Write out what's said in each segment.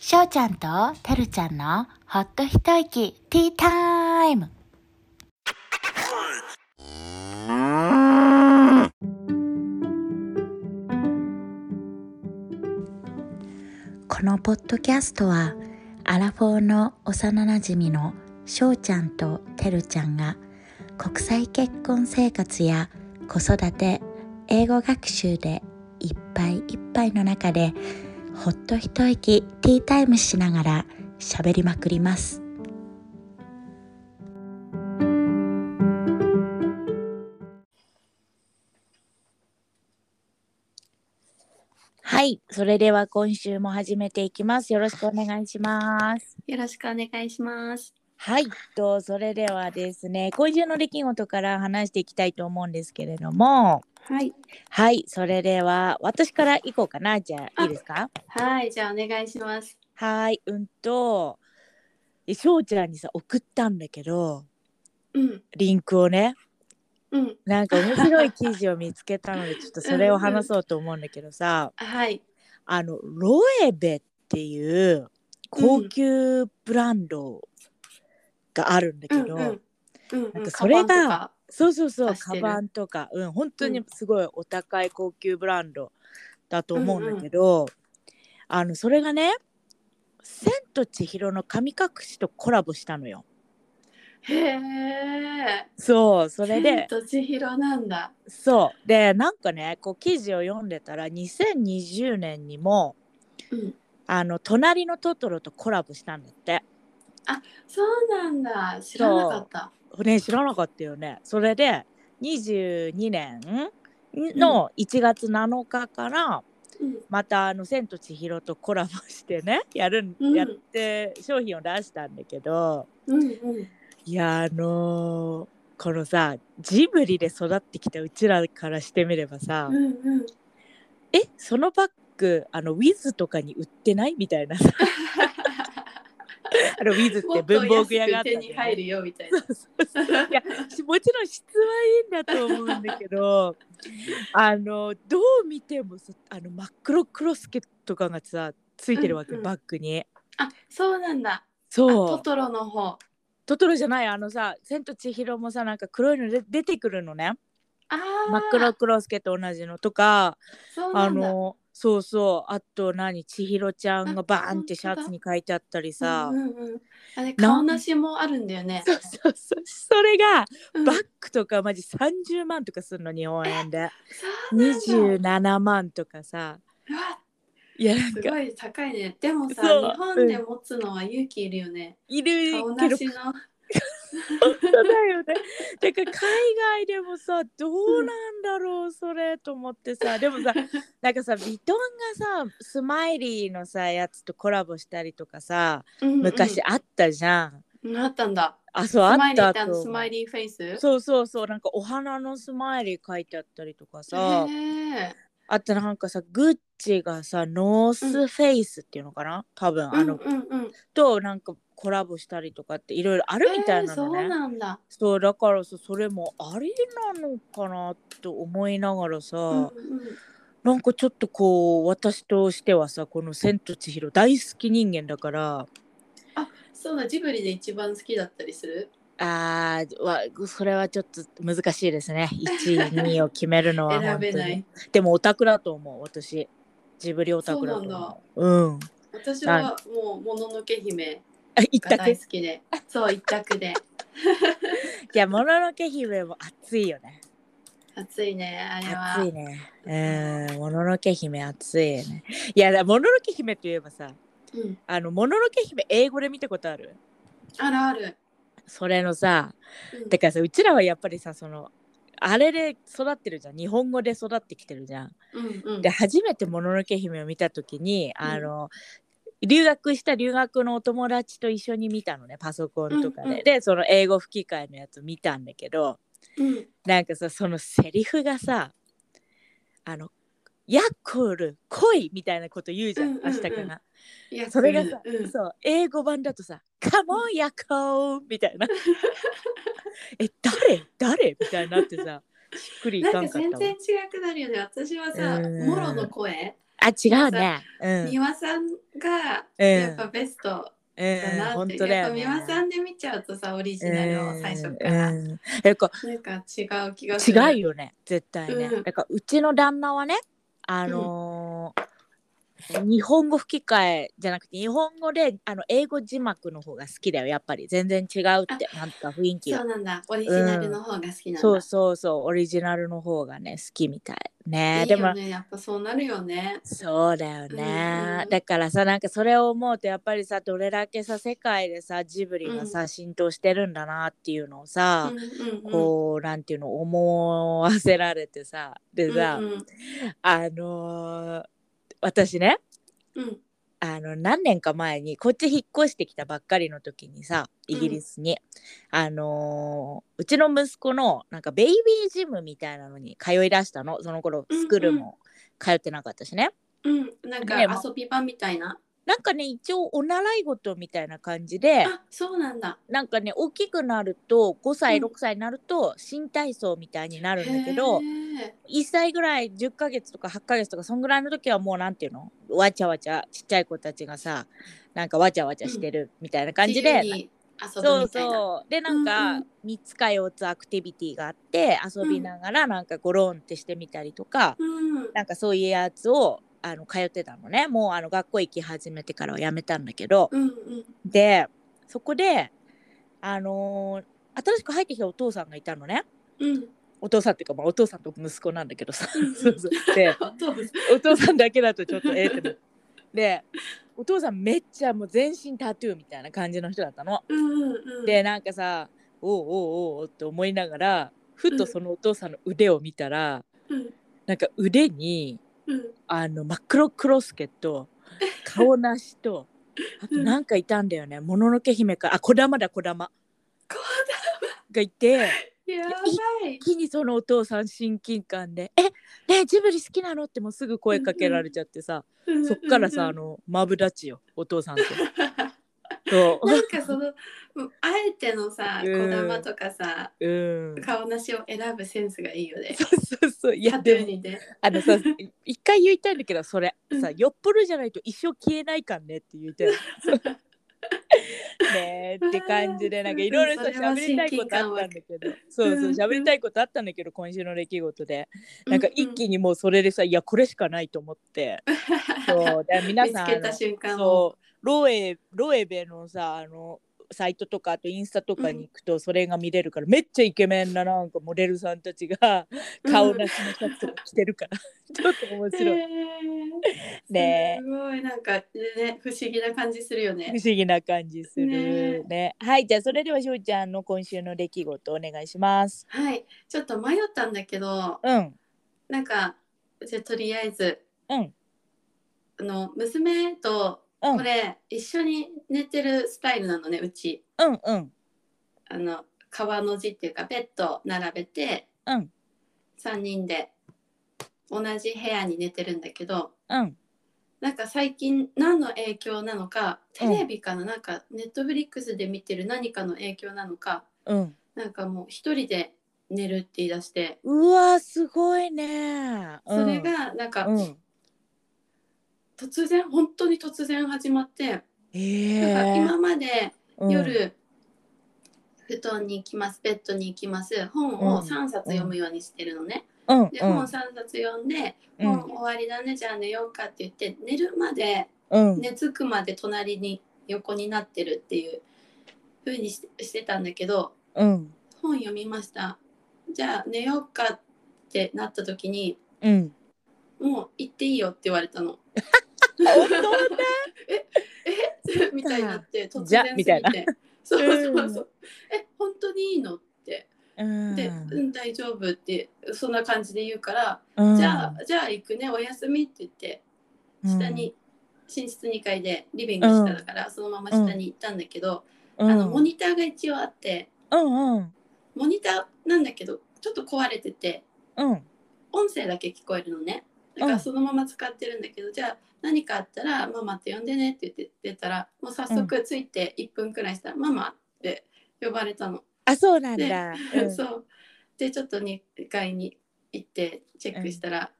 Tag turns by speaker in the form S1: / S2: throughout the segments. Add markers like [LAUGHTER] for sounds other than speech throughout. S1: しょうちゃんとてるちゃんのほっと一息ティータイムこのポッドキャストはアラフォーの幼なじみのしょうちゃんとてるちゃんが国際結婚生活や子育て英語学習でいっぱいいっぱいの中でほっと一息ティータイムしながら喋りまくりますはいそれでは今週も始めていきますよろしくお願いします
S2: よろしくお願いします。
S1: はいとそれではですね今週の出来事から話していきたいと思うんですけれども
S2: はい。
S1: はいそれでは私から行こうかなじゃあいいですか
S2: はい、じゃあお願いします。
S1: はーい、うんと、え翔ちゃんにさ、送ったんだけど、
S2: うん、
S1: リンクをね、
S2: うん、
S1: なんか面白い記事を見つけたので、ちょっとそれを話そうと思うんだけどさ、
S2: はい。
S1: あの、ロエベっていう高級ブランドがあるんだけ
S2: うん、
S1: ど、
S2: うん、うん、
S1: な
S2: うんん。
S1: かそれが
S2: カバンとか
S1: そうそうそう、
S2: 出し
S1: カ
S2: てる
S1: バンとか、うん、本当に
S2: うん
S1: すごいお高い高級ブランドだと思うんだけど、あの、それがね、千と千尋の神隠しとコラボしたのよ。
S2: へえ。
S1: そうそれ
S2: 千
S1: で
S2: と千尋なんだ。
S1: そうでなんかねこう記事を読んでたら2020年にも
S2: うん。
S1: あの「隣のトトロ」とコラボしたんだって。
S2: そうなんだ。知らなかった。
S1: ね知らなかったよね。それで22年の1月7日から
S2: うん、
S1: またあの「千と千尋」とコラボしてね [LAUGHS] やるん、
S2: うん
S1: やって商品を出したんだけど
S2: うん、うん。
S1: いやあのーこのさジブリで育ってきたうちらからしてみればさ、
S2: うん、うん。
S1: えそのバッグあのウィズとかに売ってないみたいな
S2: [LAUGHS]
S1: さあのウィズっ
S2: も
S1: て
S2: っと
S1: 文房具屋があ
S2: 安
S1: ったんだ
S2: く手に
S1: よ
S2: 入
S1: ね
S2: るよみたいな。
S1: いやしもちろん質はいいんだと思うんだけどあのどう見てもさあの真っ黒クロスケとかがさついてるわけ、
S2: うんうん
S1: バッグに
S2: あ、そうなんだ。あ
S1: そ
S2: ト
S1: う
S2: トロの方。
S1: トトロじゃないあのさ「千と千尋」もさなんか黒いので出てくるのね
S2: ああ。
S1: 真っ黒。クロスケと同じのとか
S2: そうな
S1: あ
S2: んだ。
S1: のそうそうあと何千尋ちゃんがバーンってシャツに書いてあったりさ、
S2: うん、うん、うん。あれ、
S1: な
S2: 顔なしもあるんだよね。
S1: そうそうそうそれが
S2: うん
S1: バッグとかマジ30万とかするの日本円で
S2: そうなんだ。
S1: 27万とかさ
S2: うわ
S1: いやなん
S2: す
S1: か
S2: ごい高いね。でもさ、
S1: そう
S2: 日本で持つのは勇気いるよね。
S1: いるけど
S2: 顔
S1: 本
S2: なしの。
S1: 当 [LAUGHS] だよねだから海外でもさどうなんだろうそれと思ってさでもさなんかさヴィトンがさスマイリーのさやつとコラボしたりとかさ
S2: うんうん
S1: 昔。あったじゃん、
S2: うんあったんだ。
S1: あそうあ
S2: ス
S1: っ
S2: マイリー
S1: た
S2: ってあの
S1: と
S2: スマイリーフェイス。
S1: そうそうそうなんかお花のスマイリー書いてあったりとかさ、
S2: へ
S1: あとなんかさグッチがさノースフェイスっていうのかな、多分
S2: ー
S1: あの、
S2: うんうんうん。
S1: となんかコラボしたりとかっていろいろあるみたいなのね、
S2: へーそうなんだ。
S1: そうだからさそれもありなのかなと思いながらさ、
S2: うんうん
S1: なんかちょっとこう私としてはさこの「千と千尋」大好き人間だから
S2: そうだ、ジブリで一番好きだったりする。
S1: あーわそれはちょっと難しいですね1位2位を決めるのは
S2: [LAUGHS] 選べない。
S1: でもオタクだと思う私ジブリオタクだと思ううん
S2: 私はもうもののけ姫
S1: あ一
S2: が
S1: 択
S2: 大
S1: い
S2: 好きで。そう、一択で。
S1: やもののけ姫も熱いよね
S2: 熱いね、あれは。
S1: 熱いねうんもののけ姫熱いよねいやだもののけ姫といえばさ
S2: うん。
S1: あのもののけ姫英語で見たことある
S2: あるある。
S1: それのさ
S2: うん
S1: だからさうちらはやっぱりさそのあれで育ってるじゃん日本語で育ってきてるじゃん
S2: うんうん
S1: で。初めて「もののけ姫」を見た時にあの、留学した留学のお友達と一緒に見たのねパソコンとかで、
S2: うんうん
S1: でその英語吹き替えのやつ見たんだけど
S2: うん
S1: なんかさそのセリフがさあの「ヤッコール恋」みたいなこと言うじゃん、
S2: うんうんうん
S1: 明日かな、
S2: いや
S1: それがさ、
S2: うん
S1: そう英語版だとさ「カモンヤコー」みたい
S2: [LAUGHS]
S1: な「え誰誰?」みたいになってさしっくりい
S2: な
S1: か
S2: ん
S1: んか
S2: か
S1: った
S2: 全
S1: わ
S2: 然違くなるよね。私はさ、
S1: うん
S2: モロの声。
S1: あ違うね。うん。
S2: 美輪さんが
S1: うん
S2: やっぱベストだ
S1: うん、
S2: なっ
S1: 本
S2: て、
S1: 当だ
S2: やっ
S1: よ、
S2: ぱ
S1: ね。
S2: 美輪さんで見ちゃうとさオリジナルを最初から、
S1: うんうんなんか
S2: なんか違う気がする
S1: 違うよね絶対ね。
S2: うん
S1: だからうちの旦那はねあのー日本語吹き替えじゃなくて日本語であの英語字幕の方が好きだよやっぱり全然違うってなんか雰囲気
S2: そ
S1: が
S2: うなんだオリジナルの方が好きなんだ、
S1: そうそうそうオリジナルの方がね好きみたいね
S2: いい
S1: で
S2: よ
S1: も
S2: ねやっぱそうなるよね
S1: そうだよね、
S2: うん
S1: だからさなんかそれを思うとやっぱりさどれだけさ世界でさジブリがさ、浸透してるんだなっていうのをさ、
S2: うんうん
S1: こうなんていうの思わせられてさ
S2: う
S1: で
S2: ん
S1: さ、
S2: うんうん
S1: あのー私ね
S2: うん
S1: あの何年か前にこっち引っ越してきたばっかりの時にさイギリスに、あのーうちの息子のなんかベイビージムみたいなのに通いだしたのその頃スクールも通ってなかったしね、
S2: うんなんか
S1: ねま
S2: 遊び場みたいな
S1: なんかね一応お習い事みたいな感じで
S2: あそうなんだ
S1: なんかね大きくなると5歳
S2: うん
S1: 6歳になると新体操みたいにな
S2: あ
S1: るんだけど、1歳ぐらい10ヶ月とか8ヶ月とかそんぐらいの時はもうなんていうのわちゃわちゃちっちゃい子たちがさなんかわちゃわちゃしてるみたいな感じで、
S2: 遊
S1: そう
S2: ぶみたいな
S1: そうでなん
S2: うんう
S1: か
S2: ん
S1: 3つか4つアクティビティがあって遊びながらなんかゴロンってしてみたりとか、
S2: うん
S1: なんかそういうやつをあの通ってたのねもうあの学校行き始めてからはやめたんだけど、
S2: うんうん
S1: でそこであのー新しく入ってきたお父さんがいたのね
S2: うん
S1: お父さんっていうか、まあ、お父さんと息子なんだけどさ
S2: うんうん
S1: そうそうで
S2: あどうです
S1: お父さんだけだとちょっとええってなでお父さんめっちゃもう全身タトゥーみたいな感じの人だったの。
S2: うんうんうん
S1: でなんかさおうおうおうおうって思いながらふとそのお父さんの腕を見たら
S2: うん
S1: なんか腕に
S2: うん
S1: あの真っ黒クロスケと顔なしとあとなんかいたんだよねもののけ姫からあこだまだこだまがいて
S2: やばい
S1: 一気にそのお父さん親近感で「えねえジブリ好きなの?」ってもうすぐ声かけられちゃってさ、 [LAUGHS] そっからさあ
S2: の
S1: のマブダチよお父 [LAUGHS] さんと。そ [LAUGHS]
S2: なんかそのうんあえてのさ
S1: うん
S2: こだまとかさ
S1: ううん
S2: 顔なしを選ぶセンスがいいよね
S1: そうそうそういや
S2: タトゥ
S1: で
S2: ー
S1: も
S2: にね
S1: あのさ一回言いたいんだけどそれ
S2: うん
S1: さよっぽどじゃないと一生消えないかんねって言い
S2: [LAUGHS]
S1: たい。ねえって感じでなんかいろいろさ
S2: うんそれは
S1: 喋りたいことあったんだけどそうそう
S2: うん
S1: 喋りたいことあったんだけど今週の出来事で [LAUGHS]
S2: う
S1: なんか一気にもうそれでさいやこれしかないと思
S2: [LAUGHS]
S1: ってそうで皆
S2: 見
S1: さ
S2: つ
S1: ん
S2: けた瞬間を
S1: そうロエロエベのさあのサイトとかあとインスタとかに行くとそれが見れるから、めっちゃイケメンななんかモデルさんたちが顔なしのシャツとか着てる
S2: [LAUGHS]
S1: から、ちょっと面白い、
S2: へー
S1: ね
S2: すごいなんかね不思議な感じするよね。
S1: 不思議な感じするね
S2: ね
S1: はいじゃあそれではしょうちゃんの今週の出来事お願いします
S2: はい、ちょっと迷ったんだけど、
S1: うん
S2: なんかじゃあとりあえず
S1: うん
S2: あの娘と
S1: うん
S2: これ一緒に寝てるスタイルなのねうち
S1: うんうん
S2: あの川の字っていうかベッド並べて
S1: うん
S2: 3人で同じ部屋に寝てるんだけど
S1: うん
S2: なんか最近何の影響なのかテレビかな、なんかネットフリックスで見てる何かの影響なのか
S1: うん
S2: なんかもう一人で寝るって言い出して
S1: うわすごいね、うん
S2: それがなんか
S1: うん
S2: 突然、本当に突然始まって、
S1: ええ
S2: なんか今まで
S1: うん
S2: 夜、布団に行きますベッドに行きます本
S1: うん
S2: を3冊読むようにしてるのね。
S1: うん
S2: で
S1: う
S2: 本3
S1: ん
S2: 冊読んで、
S1: う
S2: 本
S1: ん
S2: 終わりだねじゃあ寝ようかって言って寝るまで
S1: うん
S2: 寝つくまで隣に横になってるっていう風にししてたんだけど
S1: うん
S2: 本読みましたじゃあ寝ようかってなった時に
S1: うん
S2: もう行っていいよって言われたの。ええ [LAUGHS] みたいになって突然すぎて
S1: じゃみたいな
S2: そうそうそう、え本当にいいのって
S1: うん
S2: で、うん、大丈夫ってそんな感じで言うから、
S1: うん
S2: じゃあじゃあ行くねおやすみって言って下に、寝室2階でリビング下だから、そのまま下に行ったんだけど、
S1: うん、
S2: あのモニターが一応あって
S1: うんうん
S2: モニターなんだけどちょっと壊れてて
S1: うん
S2: 音声だけ聞こえるのねだからそのまま使ってるんだけど、じゃあ何かあったら「ママって呼んでね」って言って出たらもう早速ついて1分くらいしたら「ママ」って呼ばれたの。
S1: あそうなんだ、うん
S2: [LAUGHS] そうでちょっと2階に行ってチェックしたら、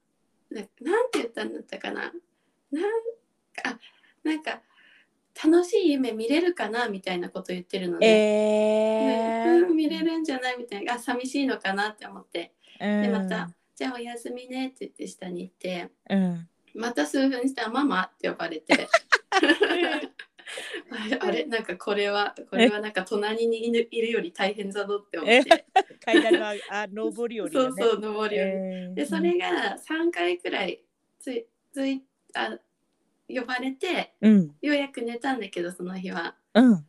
S2: ななんて言ったんだったかななんかあなんか楽しい夢見れるかなみたいなこと言ってるの
S1: え
S2: で、
S1: え
S2: うん、見れるんじゃないみたいなあ寂しいのかなって思って
S1: うん
S2: でまた「じゃあおやすみね」って言って下に行って
S1: うん
S2: また数分したら「ママ」って呼ばれ
S1: [LAUGHS]
S2: てあれあれなんかこれはこれはなんか隣にいるいるより大変だぞって思って
S1: 階段のああ上り下り
S2: そ
S1: だ
S2: う
S1: ね
S2: そう登り降り
S1: えー
S2: でそれが3回くらいついついあ呼ばれて
S1: うん
S2: ようやく寝たんだけどその日は。
S1: うん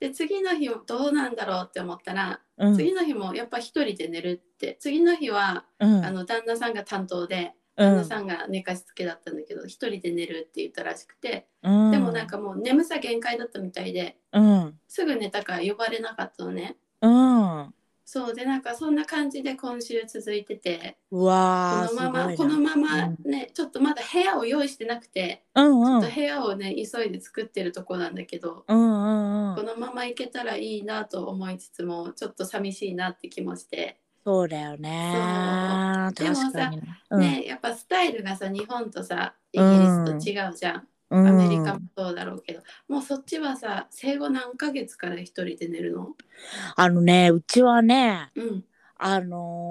S2: で次の日もどうなんだろうって思ったら、
S1: うん
S2: 次の日もやっぱ一人で寝るって次の日は、
S1: うん
S2: あの旦那さんが担当で
S1: う
S2: 旦
S1: ん
S2: 那さんが寝かしつけだったんだけど一人で寝るって言ったらしくて、
S1: うん
S2: でもなんかもう眠さ限界だったみたいで
S1: うん
S2: すぐ寝たから呼ばれなかったのね
S1: うん
S2: そうでなんかそんな感じで今週続いてて
S1: う
S2: こ
S1: わー
S2: のまますこ
S1: ごい
S2: の
S1: な
S2: ままね、ちょっとまだ部屋を用意してなくて、
S1: うんうん
S2: ちょっと部屋をね急いで作ってるとこなんだけど、
S1: うんうんう
S2: こ
S1: ん
S2: のまま行けたらいいなと思いつつもちょっと寂しいなって気もして、
S1: そうだよね
S2: そうでもさ
S1: 確かになうん
S2: ねやっぱスタイルがさ日本とさイギリスと違うじゃん、
S1: うん
S2: アメリカもそうだろうけどもうそっちはさ生後何ヶ月から一人で寝るの
S1: あのねうちはね
S2: うん
S1: あ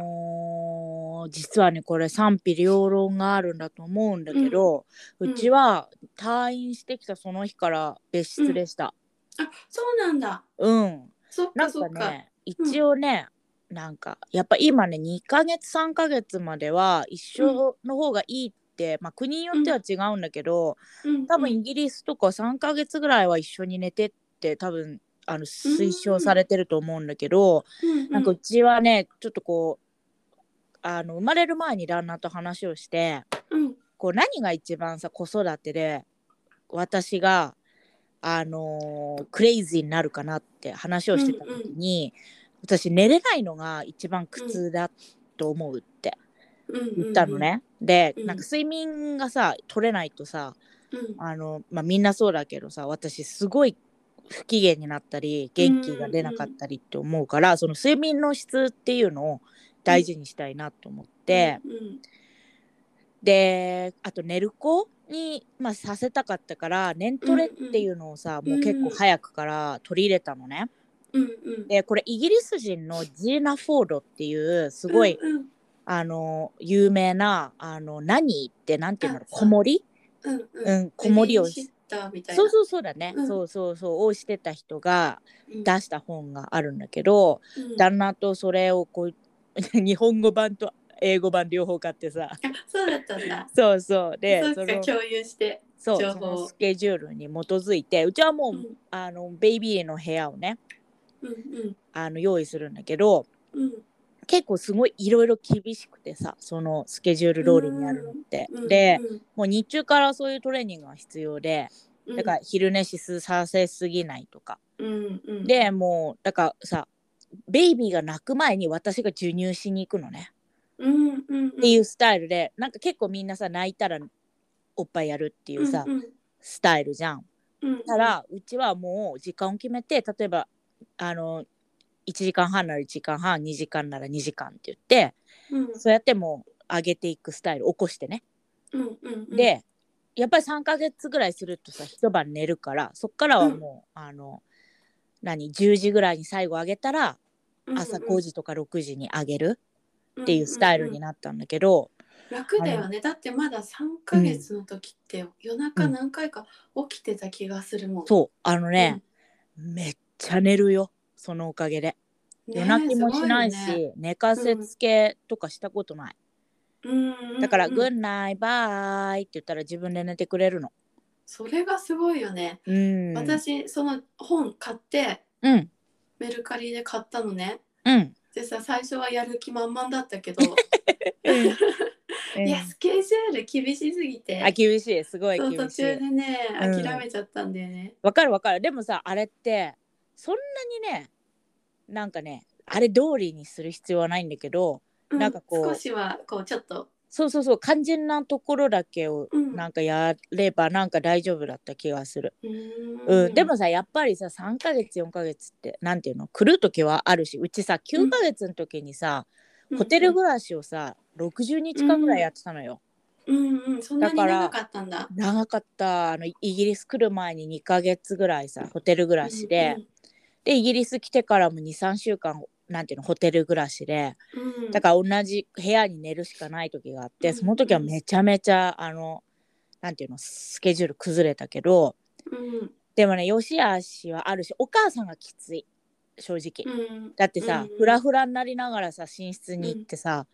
S1: のー実はねこれ賛否両論があるんだと思うんだけど、う
S2: うん
S1: ちは退院してきたその日から別室でした。
S2: あそうなんだ
S1: うん、
S2: そっ
S1: な
S2: か
S1: ん
S2: そ
S1: か
S2: っか
S1: ね一応ね、なんかやっぱ今ね2ヶ月3ヶ月までは一緒の方がいいって、まあ国によっては違うんだけど、
S2: うん
S1: 多分イギリスとか3ヶ月ぐらいは一緒に寝てって多分あの推奨されてると思うんだけど、
S2: うん
S1: なんかうちはねちょっとこうあの生まれる前に旦那と話をして
S2: うん
S1: こう何が一番さ子育てで私があのークレイジーになるかなって話をしてた時に、私寝れないのが一番苦痛だと思うって
S2: うん
S1: 言ったのね。で
S2: うん
S1: なんか睡眠がさ取れないとさ
S2: うん
S1: あの、まあ、みんなそうだけどさ私すごい不機嫌になったり元気が出なかったりって思うから、その睡眠の質っていうのを大事にしたいなと思って、
S2: うん
S1: であと寝る子に、まあ、させたかったから年トレっていうのをさ、
S2: うん
S1: もう結構早くから取り入れたのね。
S2: うんうん
S1: でこれイギリス人のジーナ・フォードっていうすごい、
S2: うん
S1: あの有名なあの何って何て言うんだろう
S2: あ
S1: 子守、
S2: うん
S1: う
S2: うん
S1: ん、子守を
S2: ベビーシッターみたいな
S1: そうそうそうだね、
S2: うん
S1: そうそうそうをしてた人が
S2: うん
S1: 出した本があるんだけど、
S2: うん
S1: 旦那とそれをこう [LAUGHS] 日本語版と英語版両方買ってさ
S2: あそうだったんだ
S1: そうそうで
S2: そっか
S1: の
S2: 共有して
S1: そう
S2: 情
S1: そ
S2: 報
S1: のスケジュールに基づいてうちはもう、
S2: うん
S1: あのベイビーの部屋をね
S2: うんうん
S1: あの用意するんだけど
S2: うん
S1: 結構すごいいろいろ厳しくてさそのスケジュール通りにやるのって。
S2: うん
S1: で
S2: うん
S1: もう日中からそういうトレーニングが必要で
S2: うん
S1: だから昼寝しすさせすぎないとか
S2: うんうん、
S1: でもうだからさベイビーが泣く前に私が授乳しに行くのね
S2: うんうんうん、っ
S1: っていうスタイルでなんか結構みんなさ泣いたらおっぱいやるっていうさ、
S2: うん
S1: スタイルじゃん。
S2: うん、
S1: たらうちはもう時間を決めて例えばあの1時間半なら1時間半2時間なら2時間って言って
S2: うん
S1: そうやってもう上げていくスタイル起こしてね。
S2: うんうん、
S1: でやっぱり3ヶ月ぐらいするとさ一晩寝るからそっからはもう、あの何10時ぐらいに最後上げたら朝5時とか6時に上げるっていうスタイルに
S2: な
S1: なったんだけど、
S2: 楽だよねだってまだ3ヶ月の時って夜中何回か起きてた気がするもん、
S1: そうあのね、めっちゃ寝るよそのおかげで
S2: うん
S1: 夜泣きもしないし、
S2: ねえすごね
S1: 寝かせつけとかしたことない、
S2: うんうんうん
S1: だから「グンナイバイ」って言ったら自分で寝てくれるの。
S2: それがすごいよね、
S1: うん、
S2: 私その本買って
S1: うん
S2: メルカリで買ったのね [LAUGHS]
S1: うん
S2: でさ最初はやる気満々だったけど
S1: [LAUGHS] うん
S2: いやスケジュール厳しすぎて
S1: あ厳しいすごい
S2: そう
S1: 厳
S2: 途
S1: しい
S2: 中で。ね
S1: うん
S2: 諦めちゃったんだよね、
S1: わかるわかるでもさあれってそんなにねなんかねあれ通りにする必要はないんだけど
S2: う
S1: なんかこう
S2: 少しはこうちょっと
S1: そうそうそう肝心なところだけを
S2: うん
S1: なんかやればなんか大丈夫だった気がする、
S2: う
S1: うん
S2: ーん
S1: でもさやっぱりさ3ヶ月4ヶ月ってなんていうの来る時はあるしうちさ9ヶ月の時にさ、ホテル暮らしをさ60日間ぐらいやってたのよ、
S2: うんうんそんなに
S1: だから
S2: 長かったんだ。
S1: 長かったあのイギリス来る前に2ヶ月ぐらいさホテル暮らしで、でイギリス来てからも23週間なんていうのホテル暮らしで
S2: うんうん、うん
S1: だから同じ部屋に寝るしかない時があって
S2: うん
S1: その時はめちゃめちゃあのなんていうのスケジュール崩れたけど
S2: うん
S1: でもねよしあしはあるしお母さんがきつい正直。
S2: うん
S1: だってさ、
S2: うん
S1: フラフラになりながらさ寝室に行ってさ、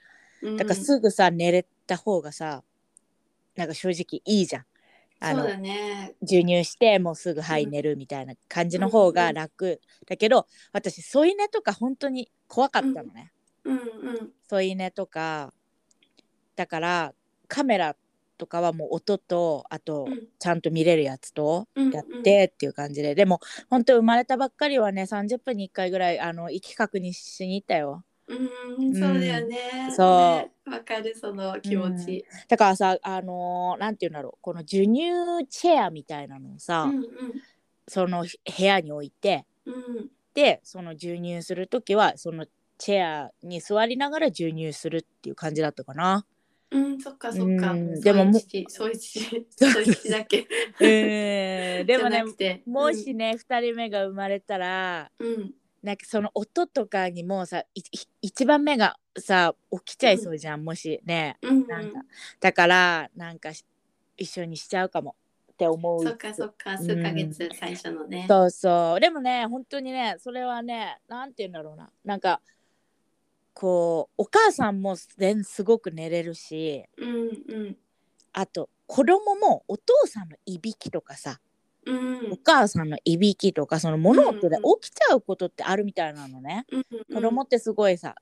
S2: うん、
S1: だからすぐさ寝れた方がさなんか正直いいじゃん。あ
S2: そう
S1: の
S2: だね。
S1: 授乳してもうすぐ「はい
S2: うん
S1: 寝る」みたいな感じの方が楽、だけど私添い寝とか本当に怖かったのね、
S2: うんうん
S1: 添い寝とかだからカメラとかはもう音とあと
S2: うん
S1: ちゃんと見れるやつと
S2: うん
S1: やってっていう感じで、でも本当生まれたばっかりはね30分に1回ぐらいあの息確認しに行ったよ
S2: うん、そうだよね。
S1: そう
S2: ねわかる、その気持ち。
S1: だからさあのーなんて言うんだろうこの授乳チェアみたいなのをさ、
S2: うんうん
S1: その部屋に置いて
S2: うん
S1: でその授乳する時はそのチェアに座りながら授乳するっていう感じだったかな。
S2: うん、そっかそっか。
S1: うんでももう
S2: そう
S1: [LAUGHS]
S2: いち、そういちだっけ。
S1: えー、 [LAUGHS] でも
S2: じ
S1: ね
S2: ゃなくて
S1: もし、ね、2人目が生まれたら
S2: うんうん、
S1: なんかその音とかにもうさ1番目がさ起きちゃいそうじゃん、もしね
S2: うん、
S1: なんかだからなんかし一緒にしちゃうかもって思う
S2: そっかそっか、数ヶ月最初のね。
S1: そうそうでもね本当にねそれはねなんて言うんだろうななんかこうお母さんも全すごく寝れるし
S2: うんうん
S1: あと子供もお父さんのいびきとかさ、
S2: うん
S1: お母さんのいびきとかその物音で
S2: うんう
S1: 起きちゃうことってあるみたいなのね、
S2: うんうん。
S1: 子供ってすごいさ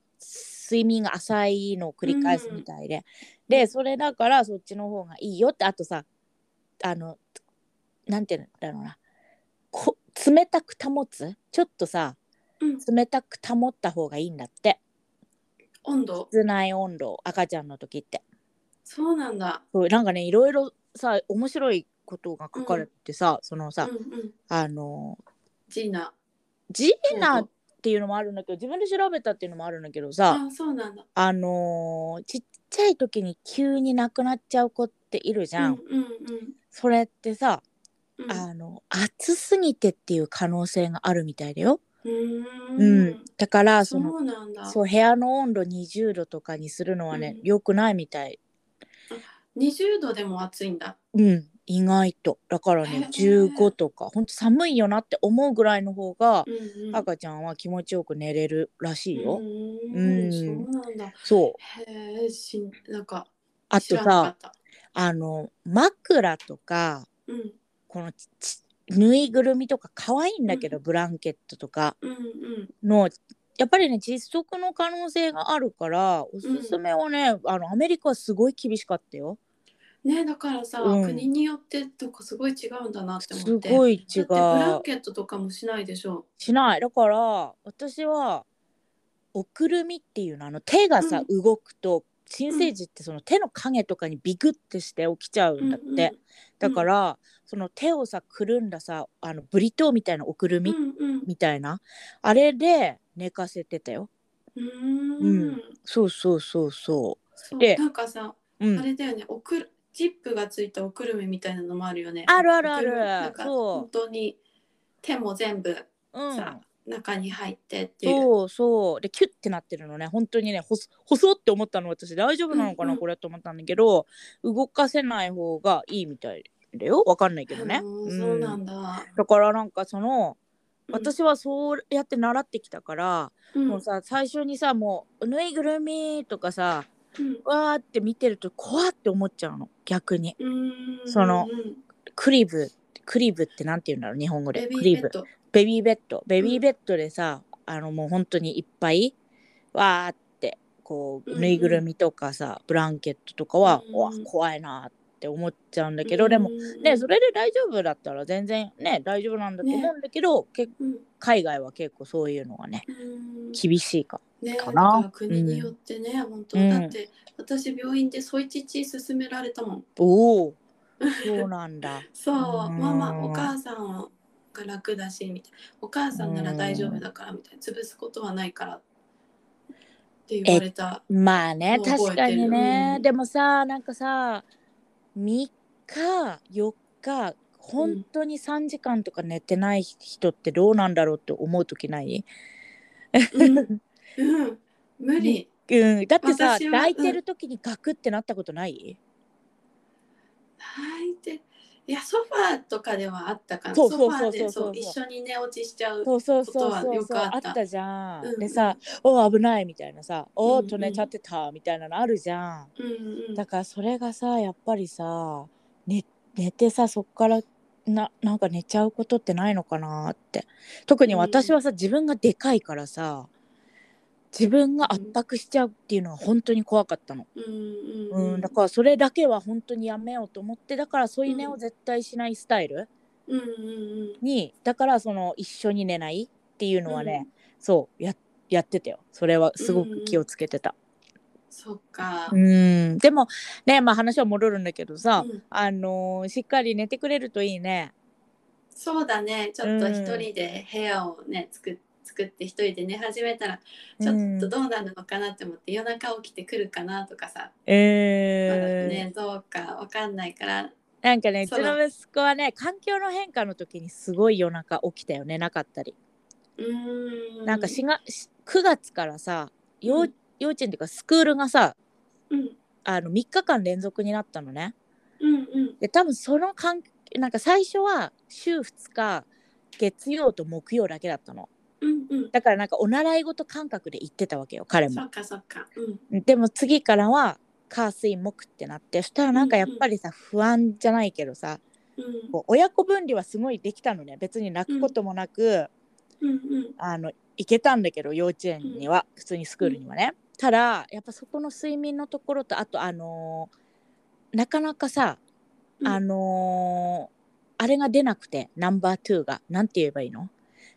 S1: 睡眠が浅いのを繰り返すみたいで、でそれだからそっちの方がいいよってあとさあのなんて言うんだろうなこ冷たく保つちょっとさ
S2: うん
S1: 冷たく保った方がいいんだって
S2: 温度。
S1: 室内温度を赤ちゃんの時って。
S2: そうなんだ。
S1: そうなんかねいろいろさ面白いことが書かれてさ、その
S2: うん
S1: さ、
S2: うん。
S1: あの
S2: ジーナ。
S1: ジーナっていうのもあるんだけど自分で調べたっていうのもあるんだけどさ、
S2: あ、そうなんだ。
S1: あのーちっちゃい時に急に亡くなっちゃう子っているじゃん、
S2: うんうんうん
S1: それってさ、
S2: うん。
S1: あの暑すぎてっていう可能性があるみたいだよ、
S2: うーん
S1: うんだから
S2: そ
S1: その
S2: うなんだ。
S1: そう部屋の温度20度とかにするのはね、
S2: うん
S1: 良くないみたい
S2: 20度でも暑いんだ。
S1: うん意外とだから
S2: へ
S1: ね
S2: え
S1: 15とかほんと寒いよなって思うぐらいの方が
S2: うんうん。
S1: 赤ちゃんは気持ちよく寝れるらしいよ、う
S2: う
S1: ん
S2: ーん。そうなんだ。
S1: そう
S2: へえ、しん、なんか。
S1: あ
S2: 知
S1: と
S2: らなか
S1: さ
S2: った。
S1: あの枕とか
S2: うん
S1: このちちぬいぐるみとか可愛いんだけど、
S2: う
S1: ブランケットとか
S2: うんうん。
S1: のやっぱりね窒息の可能性があるからおすすめはね、あのアメリカはすごい厳しかったよ
S2: ね、だからさ、
S1: うん
S2: 国によってとかすごい違うんだなって思
S1: す
S2: って。
S1: ごい違
S2: だってブラン
S1: う
S2: ケットとかもしないでしょ
S1: しないだから私はおくるみっていうのあの手がさ、動くと新生児ってその手の影とかにビクってして起きちゃう
S2: う。
S1: んだって、
S2: うんうん
S1: だから、その手をさくるんださあのブリトーみたいなおくるみ
S2: うんうん。
S1: みたいな、あれで寝かせてたよ
S2: うー
S1: うんん。そうそうそうそ
S2: そう
S1: で
S2: なんかさ、
S1: うう
S2: あ
S1: ん
S2: れだよね、おくる、ジップがついたおくるみみたいなのもあるよね。
S1: あるあるある
S2: おくみなんか
S1: そう
S2: 本当に手も全部
S1: うん
S2: さ、中に入ってっていう。
S1: そうそうでキュッてなってるのね本当にね細細って思ったの私大丈夫なのかな、
S2: うんうん
S1: これと思ったんだけど動かせない方がいいみたいだよわかんないけどね、
S2: うんそうな
S1: うん
S2: んだ。
S1: だからなんかその
S2: うん
S1: 私はそうやって習ってきたから、
S2: うん
S1: もうさ最初にさもうぬいぐるみとかさ
S2: うん
S1: わーって見てると怖って思っちゃうの逆に
S2: うん
S1: その
S2: うん
S1: クリブクリブってなんて言うんだろう日本語
S2: ベ
S1: で
S2: ビ
S1: ク
S2: ー
S1: リ
S2: ベッ
S1: ブ
S2: ド。
S1: ベビーベッドベビーベッドでさ、あのもう本当にいっぱいわーってこ
S2: うんう
S1: うんぬいぐるみとかさブランケットとかは、
S2: うん
S1: うわ怖いなーって思っちゃうんだけど、でも
S2: うん
S1: ねそれで大丈夫だったら全然ね大丈夫なんだと思うんだけど、結
S2: うん
S1: 海外は結構そういうのがね
S2: うん
S1: 厳しいか
S2: ね
S1: かな
S2: だら国によってね、本当
S1: うん
S2: だって私病院でソイチチ勧められたもん
S1: おおそうなんだ
S2: そう
S1: うん
S2: ママお母さんが楽だしみたいなお母さんなら大丈夫だからみたいな潰すことはないからって言われた
S1: まあね
S2: もう覚え
S1: 確か
S2: てる
S1: にね、
S2: うん
S1: でもさなんかさ3日4日本当に3時間とか寝てない人ってどうなんだろうって思う時ない、
S2: うん、うん、無理。
S1: うん、だってさ
S2: 私は
S1: 抱いてる時にガクってなったことない、
S2: 泣いて。いや、ソファーとかではあったかな。
S1: そう
S2: ソ
S1: そ
S2: フ
S1: う
S2: ァー
S1: そ
S2: で
S1: うそう
S2: そう一緒に寝落ちしちゃう。
S1: そうそうそうそ
S2: ことは
S1: う
S2: よ
S1: そう
S2: くあ
S1: あ
S2: った
S1: ったじゃん、
S2: うん
S1: でさ「お危ない」みたいなさ「お
S2: うんうん
S1: ーとねちゃってた」みたいなのあるじゃん、
S2: うんうん。
S1: だからそれがさやっぱりさ寝寝てさそっからななんか寝ちゃうことってないのかなって特に私はさ、自分がでかいからさ自分が圧迫しちゃうっていうのは本当に怖かったの、
S2: うん
S1: うん
S2: うんうん
S1: だからそれだけは本当にやめようと思ってだからそういう寝を絶対しないスタイル
S2: うんうん
S1: にだからその一緒に寝ないっていう
S2: うん。
S1: のはね、。そうややってたよそれはすごく気をつけてた、
S2: そっか。
S1: うんでもねまあ話は戻るんだけどさ、
S2: うん
S1: あのーしっかり寝てくれるといいね
S2: そうだね。ちょっと
S1: うん
S2: 一人で部屋をね、作っ作って一人で寝始めたらち
S1: ち
S2: ょっと
S1: ど
S2: どうなるのかなって思って、夜中起きてくるかなとかさ、まだ
S1: えー
S2: ねどうかわかんないから
S1: なんかねうち
S2: そう
S1: の息子はね環境の変化の時にすごい夜中起きたよねなかったり、
S2: うーん
S1: なんかしがし9月からさ幼,、
S2: うん
S1: 幼稚園っていうかスクールがさ
S2: うん
S1: あの3日間連続になったのね
S2: うんうん
S1: で多分その環なんか最初は週2日月曜と木曜だけだったの
S2: うんうん
S1: だからなんかお習い事感覚で行ってたわけよ彼
S2: そ
S1: も
S2: っかそっかうん
S1: でも次からは火水木ってなってそしたらなんかやっぱりさ、不安じゃないけどさ
S2: うん
S1: こう親子分離はすごいできたのね別に泣くこともなく、
S2: うんうん
S1: あの行けたんだけど幼稚園には、普通にスクールにはね、ただやっぱそこの睡眠のところとあとあのーなかなかさ、
S2: うん
S1: あのーあれが出なくてナンバー2がなんて言えばいいの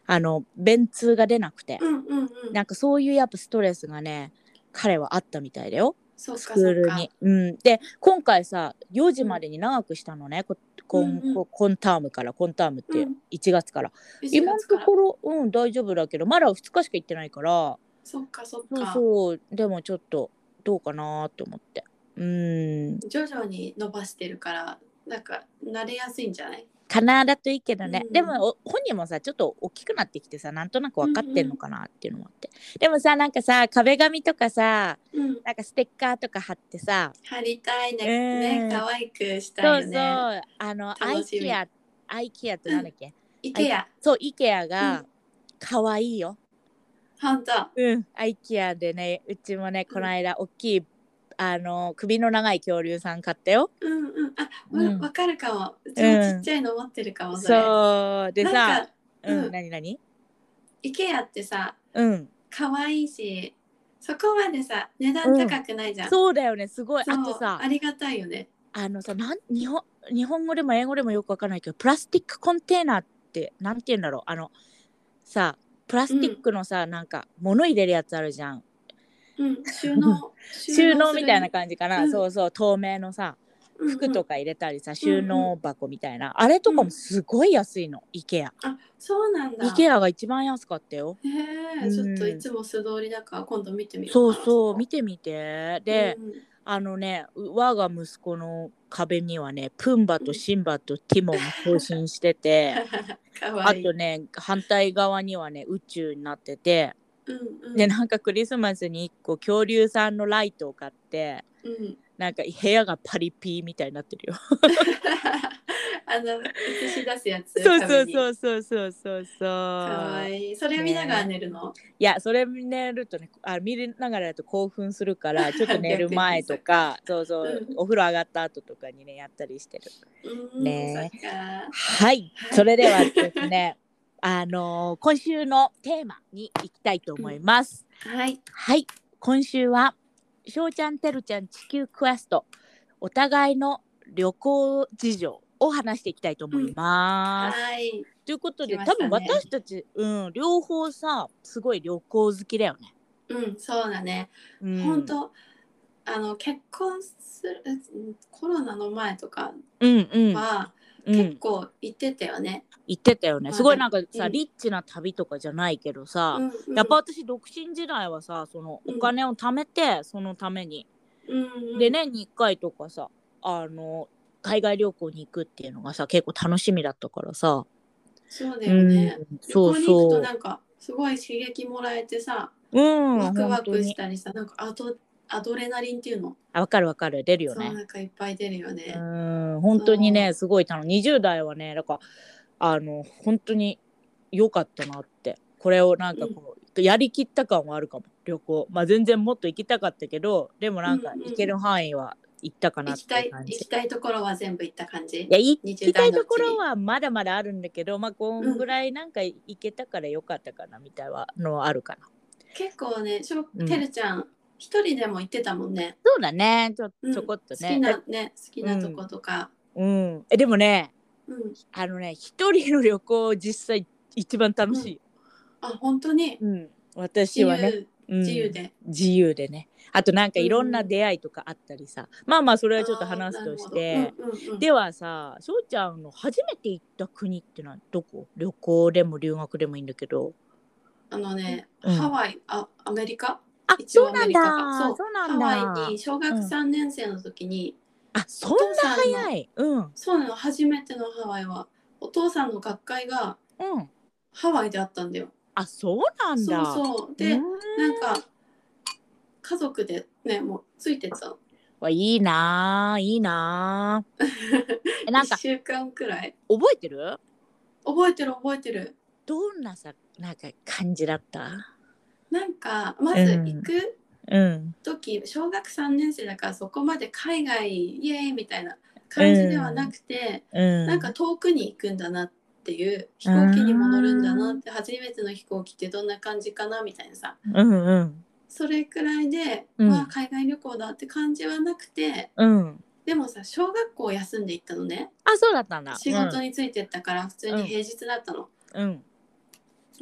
S1: あの便通が出なくて、
S2: うんうんうん
S1: なんかそういうやっぱストレスがね彼はあったみたいだよ
S2: そっ
S1: ス
S2: か
S1: ク
S2: そ
S1: ー
S2: っ
S1: ル
S2: か
S1: に。うん、で今回さ4時までに長くしたのね、ここん
S2: うんうん
S1: こ今タームから今タームって
S2: うん
S1: 1月から、
S2: 1
S1: 今の
S2: 月
S1: と
S2: から
S1: ころうん大丈夫だけどまだ2日しか行ってないから
S2: そっかそっ
S1: そう
S2: か
S1: そうでもちょっとどうかなと思ってうん
S2: 徐々に伸ばしてるからなんか慣れやすいんじゃない
S1: かなだといいけどね、
S2: うん
S1: でもお本人もさちょっと大きくなってきてさなんとなく分かってんのかなっていうのもあって、でもさなんかさ壁紙とかさ
S2: うん
S1: なんかステッカーとか貼ってさ、
S2: 貼りたいね
S1: うん
S2: ね可愛くした
S1: そう
S2: いよ
S1: そう、
S2: ね
S1: あの、アイ
S2: 楽しみ
S1: ケア、アイケアってなんだっけ、
S2: イケア
S1: そう、イケアが
S2: うん
S1: 可愛いよ。
S2: 本当
S1: うん、アイケアでね、うちもね、この間、大きい、あの、首の長い恐竜さん買ったよ。
S2: うんうんあ
S1: う
S2: わ
S1: ん
S2: わかるかもうちもちっちゃいの持ってるかもそれ
S1: そう、で
S2: なん
S1: さ、
S2: か
S1: う、
S2: うんん
S1: なになに
S2: イケアってさ
S1: うん、
S2: 可愛いしそこまでさ値段高くないじゃん、
S1: そうだよね、すごい。
S2: そう
S1: あとさ
S2: あ、りがたいよね
S1: あのさ、なん、日本、日本語でも英語でもよくわかんないけど、プラスティックコンテーナーって、なんて言うんだろう、あの、さ、プラスティックのさ、なんか、物入れるやつあるじゃん。
S2: うん収納
S1: 収納
S2: する
S1: みたいな感じかな、
S2: うん
S1: そうそう透明のさ
S2: うんうん
S1: 服とか入れたりさ、収納箱みたいな、あれとかもすごい安いの IKEA
S2: あそうなんだ
S1: IKEA が一番安かったよう
S2: へえ
S1: ん
S2: ちょっといつも素通りだから今度見てみよう
S1: そう
S2: かな
S1: そう
S2: こ
S1: 見てみてで、
S2: うん [LAUGHS]
S1: あのね我が息子の壁にはねプンバとシンバとティモンが更新してて
S2: か
S1: あ
S2: わいい
S1: とね反対側にはね宇宙になってて
S2: うんうん
S1: でなんかクリスマスに1個恐竜さんのライトを買って
S2: うん [LAUGHS]
S1: なんか部屋がパリピーみたいになってるよ
S2: あの映し出すや
S1: [LAUGHS]
S2: つ
S1: そうそう
S2: う
S1: そうそうそうそうそう。
S2: かわいいそれ見ながら寝るの、
S1: いやそれ寝るとねあ見ながらだと興奮する
S2: [LAUGHS]
S1: からちょっと寝る前とかそうそう、
S2: うん
S1: お風呂上がった後とかにねやったりしてる。
S2: うん
S1: ね
S2: そっか
S1: はいそれではですね [LAUGHS] あのー今週のテーマに行きたいと思います。
S2: はい
S1: はい今週は「しょうちゃんてるちゃん地球クエスト」お互いの旅行事情を話していきたいと思います。
S2: はい
S1: ということで、
S2: 来ま
S1: 多
S2: した
S1: 分
S2: ね
S1: 私たち、うん、両方さすごい旅行好きだよね。
S2: うんそうだね
S1: うん、
S2: 本当あの結婚するうんコロナの前とか
S1: うんうん、
S2: は
S1: う
S2: 結
S1: ん、
S2: 構行ってたよね。
S1: 言ってたよね
S2: まあ
S1: すごいなんかさ、
S2: うん
S1: リッチな旅とかじゃないけどさ、
S2: うんうん
S1: やっぱ私独身時代はさその
S2: う
S1: お
S2: ん
S1: 金を貯めて、そのために、
S2: うんうん
S1: で年に1回とかさあの海外旅行に行くっていうのがさ結構楽しみだったからさ、
S2: そうだよね。
S1: うんそう
S2: そこに行く
S1: そ
S2: と
S1: う
S2: なんかすごい刺激もらえてさ、
S1: うん
S2: ワクワ
S1: 本当
S2: クし
S1: に
S2: たりさ、なんかアドアドレナリンっていうの、
S1: あわかるわかる出るよ
S2: そう
S1: ね
S2: なんかいっぱい出るよね。
S1: うん本当にねすごい楽20代はねだからあの本当に良かったなってこれをなんかこう、やりきった感はあるかも旅行まあ全然もっと行きたかったけどでもなんか
S2: うんうん
S1: 行ける範囲は行ったかな
S2: 行
S1: っ
S2: き
S1: て
S2: た
S1: い
S2: いう
S1: 感
S2: 行
S1: じ、
S2: きたいところは全部行った感じ。
S1: いや行きたい
S2: 20代の
S1: と
S2: うち
S1: こ
S2: に
S1: ろはまだまだあるんだけどまあこんぐらいなんか行けたから良かったかなみたいなのはあるかな、
S2: 結構ね、しょ
S1: うん
S2: てるちゃん一人でも行ってたもんね。
S1: そうだねちょ
S2: うん
S1: ちょこっと
S2: 好き
S1: ね、
S2: なね好きなとことか。
S1: うん、えでもね
S2: うん。
S1: あのね一人の旅行実際一番楽しいよ、
S2: あ本当に
S1: うん、
S2: 自
S1: 私はね
S2: 由
S1: うん
S2: 自由で。
S1: 自由でねあとなんか
S2: うん
S1: いろんな出会いとかあったりさ、まあまあそれはちょっと話す
S2: あ
S1: と
S2: ーなるほ
S1: し
S2: ど
S1: て、
S2: うんうんうん
S1: ではさしょうちゃんの初めて行った国ってのはどこ旅行でも留学でもいいんだけど
S2: あのね、
S1: うん
S2: ハワイあアメリカ
S1: あ
S2: 一
S1: そ
S2: 応
S1: うな
S2: アメ
S1: ん
S2: リ
S1: だ
S2: カ
S1: そ
S2: そうう
S1: なんだ
S2: ハワイに小学
S1: うん
S2: 3年生の時に、
S1: あそんな早いうんうん
S2: そうなの初めてのハワイはお父さんの学会がハワイであったんだよ。
S1: あそうなん
S2: そう
S1: だ
S2: そうで、
S1: うん
S2: なんか家族でねもうついてったの
S1: わいいなあいいなあえなん
S2: 1 [LAUGHS]
S1: か
S2: 週間くらい
S1: 覚えてる
S2: 覚えてる覚えてる
S1: どんなさなんか感じだった
S2: なんかまず
S1: うん
S2: 行く
S1: うん
S2: 時、小学3年生だからそこまで海外イエーイみたいな感じではなくて、
S1: うん
S2: なんか遠くに行くんだなっていう飛行機にも乗るんだなって初めての飛行機ってどんな感じかなみたいなさ
S1: うんうん
S2: それくらいで、
S1: うん
S2: まあ海外旅行だって感じはなくて
S1: うん
S2: でもさ小学校休んで行ったのね
S1: あそうだったんだ。
S2: 仕事についてったから普通に平日だったの、
S1: うん、うん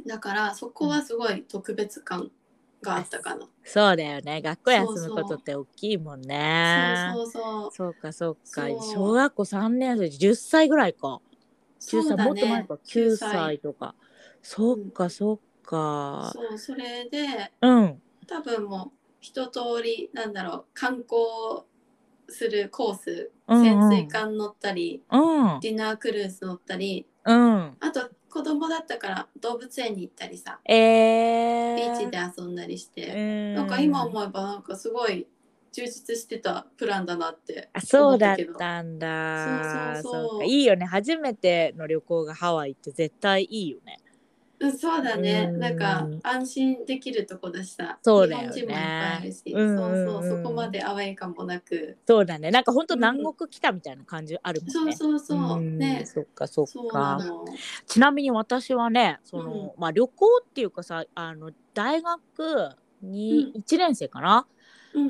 S2: だからそこはすごい特別感があったかな、
S1: そうだよね。学校休む
S2: そうそ
S1: こ
S2: う
S1: とって大きいもんね。
S2: そうそう
S1: そうかそうか
S2: そう
S1: 小学校3年生10歳ぐらいか
S2: そ
S1: 10
S2: うそ
S1: 歳、
S2: うだ
S1: もっと前
S2: ね
S1: か9
S2: 9
S1: 歳
S2: 歳
S1: とかそっかそっか
S2: そうそれで
S1: うん
S2: 多分もう一通りなんだろう観光するコース
S1: うんうん
S2: 潜水艦乗ったり、
S1: うん
S2: ディナークルーズ乗ったり
S1: うん
S2: あと子供だったから動物園に行ったりさ
S1: えー、
S2: ビーチで遊んだりして、
S1: うん
S2: なんか今思えばなんかすごい充実してたプランだなって
S1: あそうだっ
S2: 思った
S1: たんだ
S2: そうそうそう
S1: かいいよね初めての旅行がハワイって絶対いいよね
S2: うんそうだね、
S1: うん
S2: なんか安心できるとこだしさ
S1: そうだよね
S2: 日本人もいっぱいいるし、
S1: うんうんうん
S2: そうそうそこまでアウェイ感もなく、
S1: そうだねなんかほんと南国来たみたいな感じあるもんね、
S2: そうそうそう、
S1: ん
S2: ね
S1: そっかそっ
S2: そうな
S1: か
S2: の
S1: ちなみに私はねその、まあ、旅行っていうかさあの大学に1年生かな、
S2: うん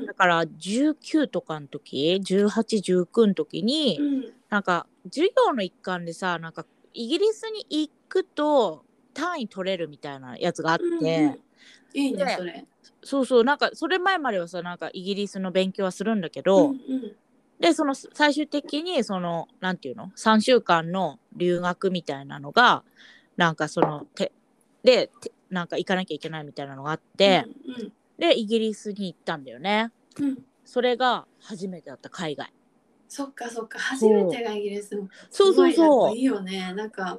S1: だから19とかの時1819の時に、
S2: うん
S1: なんか授業の一環でさなんかイギリスに行くと単位取れるみたいなやつがあって、
S2: うんうんいいね
S1: ね
S2: それ
S1: そうそうなんかそれ前まではさなんかイギリスの勉強はするんだけど、
S2: んうん
S1: でその最終的にそのなんていうの3週間の留学みたいなのがなんかそのてでてなんか行かなきゃいけないみたいなのがあって、
S2: うん
S1: でイギリスに行ったんだよね
S2: うんうん
S1: それが初めてだった海外
S2: そっかそっか初めてがイギリスも
S1: そうそう
S2: すごいやっ
S1: そ
S2: ぱいいよねなんか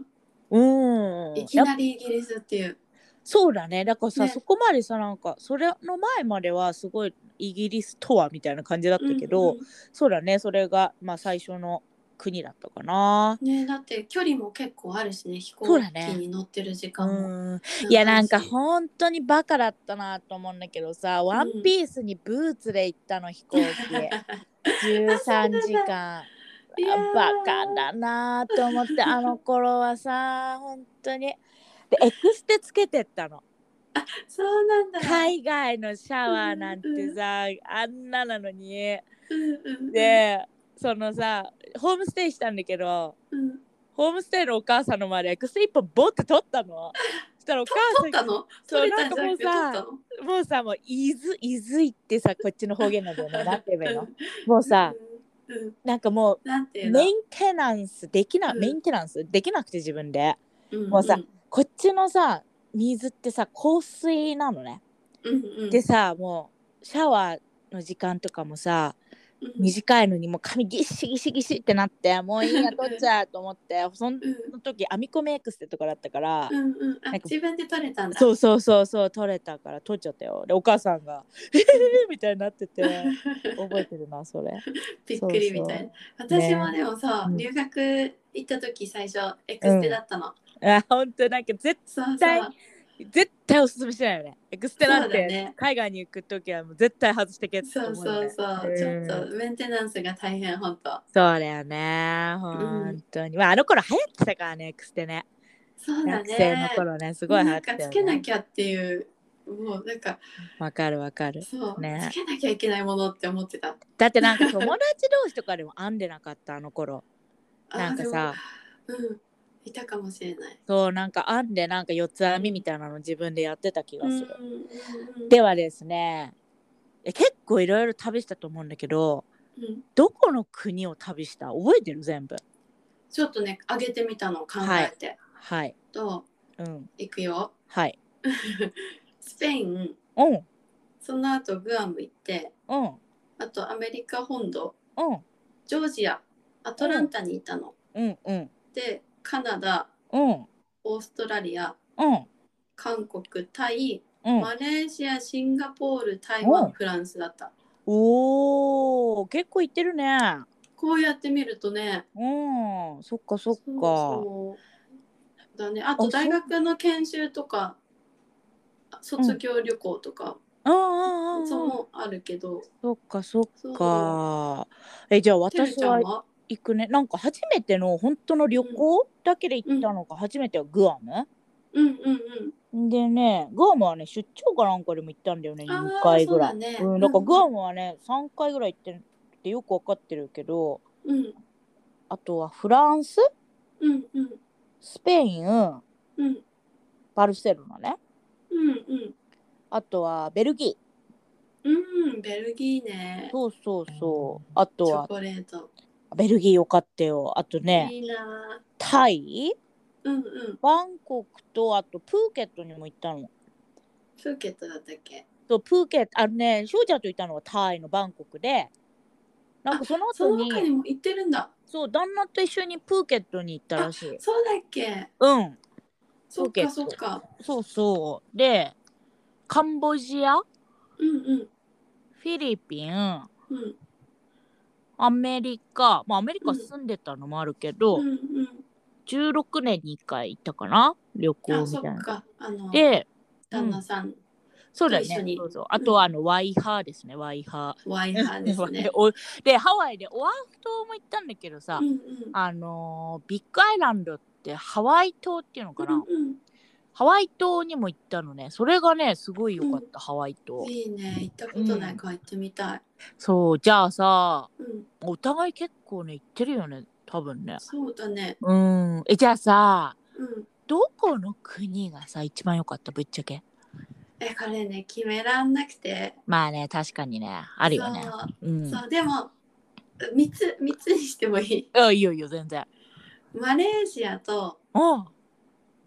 S1: ううん
S2: いき
S1: やっぱ
S2: なりイギリスっていう
S1: そうだねだからさ、
S2: ね
S1: そこまでさなんかそれの前まではすごいイギリスとはみたいな感じだったけど、
S2: うんうん
S1: そうだねそれがまあ最初の国だったかな
S2: ねだって距離も結構あるしね飛
S1: そう
S2: 行
S1: だ
S2: 機
S1: ね
S2: に乗ってる時
S1: う
S2: 間も
S1: んいやなんか
S2: 長いし
S1: 本当にバカだったなと思うんだけどさ、ワンピースにブーツで行ったの飛行機
S2: [LAUGHS]
S1: 13時間
S2: いやー
S1: バカだなと思ってあの頃はさ本当にでエクステつけてったの
S2: そうなんだ
S1: 海外のシャワーなんてさあんななのに
S2: うんうん
S1: でそのさホームステイしたんだけど
S2: うん
S1: ホームステイのお母さんの前でエクステ1本ボッて取ったのそしたらお母さ
S2: 取
S1: ん
S2: っ
S1: が
S2: たの
S1: そう
S2: 取れたんじゃなくて取
S1: な
S2: っ
S1: ん
S2: た
S1: か
S2: の
S1: もうさもう「いず」「いずい」ってさこっちの方言なんだよねなんて言えばいい
S2: [LAUGHS]
S1: のもうさ
S2: うんうん
S1: なんかも
S2: なんていううの
S1: メンテナンスできな、
S2: うん
S1: メンテナンスできなくて自分で
S2: うん
S1: もうさこっちのさ水ってさ香水なのね
S2: うんうん
S1: でさもうシャワーの時間とかもさ
S2: うん
S1: 短いのにもう髪ギシギシギシってなってもういいや取っちゃうと思ってその
S2: [LAUGHS] うん
S1: 時編み込み X ってとこだったから、
S2: うんうん
S1: な
S2: あ
S1: んか
S2: 自分で取れたんだ
S1: そうそうそうそう取れたから取っちゃったよでお母さんが「えへへみたいになってて覚えてるなそれ
S2: [LAUGHS] びっくりみたいな
S1: う
S2: 私もでもさ、
S1: うん
S2: 留学行った時最初エクステだったの、
S1: あ本当なんか絶
S2: そうそう
S1: 対絶対おすすめしないよねエクステなん
S2: そうだ
S1: て、
S2: ね
S1: 海外に行く時はもう絶対外してけって
S2: そ
S1: 思
S2: う
S1: う
S2: そ
S1: よ
S2: う
S1: ね
S2: そう、
S1: うん
S2: ちょっとメンテナンスが大変本当
S1: そうだよね本当に、まああの頃流行ってたからねエクステね
S2: そうだ
S1: 学生の
S2: ね
S1: 頃ねすごい流行
S2: な
S1: っ
S2: ん
S1: て
S2: か
S1: たよ
S2: つけな
S1: ね
S2: きゃっていうもうなんか
S1: わかるわかる
S2: そう、
S1: ね
S2: つけなきゃいけないものって思ってた
S1: だってなんか友達同士とかでも編んでなかったあの頃
S2: あー
S1: なんかさ
S2: でもうんいたかもしれない
S1: そうなんか編んでなんか四つ編みみたいなの自分でやってた気がする、
S2: うんうんうん
S1: ではですねえ結構いろいろ旅したと思うんだけど
S2: うん
S1: どこの国を旅した覚えてる全部
S2: ちょっとね上げてみたの考えて、
S1: はい
S2: と
S1: うん
S2: いくよ
S1: はい
S2: スペイン
S1: うん
S2: その後グアム行って
S1: うん
S2: あとアメリカ本土
S1: うん
S2: ジョージアアトランタにいたの、
S1: うんうん
S2: でカナダ
S1: うん
S2: オーストラリア
S1: うん
S2: 韓国タイ
S1: うん
S2: マレーシアシンガポール台湾、
S1: うん
S2: フランスだった
S1: おー結構行ってるね
S2: こうやってみるとね
S1: うんそっかそっか
S2: そうそうだねあと
S1: あ
S2: 大学の研修とかあ卒業旅行とか、
S1: うんうんうん
S2: そう
S1: うん
S2: もあるけど
S1: そっかそ
S2: そ
S1: っ
S2: う
S1: かえじゃあ
S2: てる
S1: 私
S2: ちゃ
S1: は
S2: んは
S1: 行くねなんか初めての本当の旅行だけで行ったのが初めてはグアム、
S2: うんうん
S1: でねグアムはね出張かなんかでも行ったんだよね
S2: うんあ
S1: 2
S2: ー
S1: 回ぐらい
S2: そううだね
S1: ん、だからグアムはね3回ぐらい行ってるってよくわかってるけど
S2: うん
S1: あとはフランス
S2: うんうん
S1: スペイン
S2: うん
S1: バルセロナね
S2: うんうん
S1: あとはベルギ
S2: うんベルギーね
S1: ーそうそうそうあと
S2: チョ
S1: は
S2: コレート
S1: ベルギーよかったよあとね
S2: いいな
S1: タイ
S2: うんうん
S1: バンコクとあとプーケットにも行ったの
S2: プーケットだったっけ
S1: そうプーケットあのね翔ちゃんといたのはタイのバンコクでなんかその
S2: そ
S1: 後
S2: の
S1: に
S2: 他にも行ってるんだ
S1: そう旦那と一緒にプーケットに行ったらしい
S2: そうだっけ
S1: うん
S2: そっ
S1: プーケット
S2: かそっか
S1: そうそうでカンボジアフ
S2: うんうん
S1: ィリピン
S2: うん
S1: アメリカまあアメリカ
S2: うん
S1: 住んでたのもあるけど、
S2: うんうん
S1: 16年に1回行ったかな旅行
S2: あ
S1: み
S2: そった
S1: いな
S2: かあの
S1: で
S2: 旦那さん
S1: そうだ
S2: と一緒
S1: ね
S2: に
S1: そうそうあとはあの、ワイハーですねワイハ
S2: ワイハー
S1: ー
S2: ですね
S1: [LAUGHS] おでハワイでオアフ島も行ったんだけどさ、
S2: うんうん
S1: あのービッグアイランドってハワイ島っていうのかな、
S2: うん
S1: ハワイ島にも行ったのねそれがねすごい良かった、
S2: うん
S1: ハワイ
S2: うん
S1: 島
S2: いいね行ったことないから行ってみたい
S1: そうじゃあさ
S2: うん
S1: お互い結構ね行ってるよね多分ね
S2: そうだね
S1: うんえじゃあさ
S2: うん
S1: どこの国がさ一番良かったぶっちゃけ
S2: えこれね決めらんなくて
S1: まあね確かにねあるよね
S2: そう
S1: うん
S2: そうでも3つ三つにしてもいい
S1: あいいよいいよ全然
S2: マレーシアと
S1: うん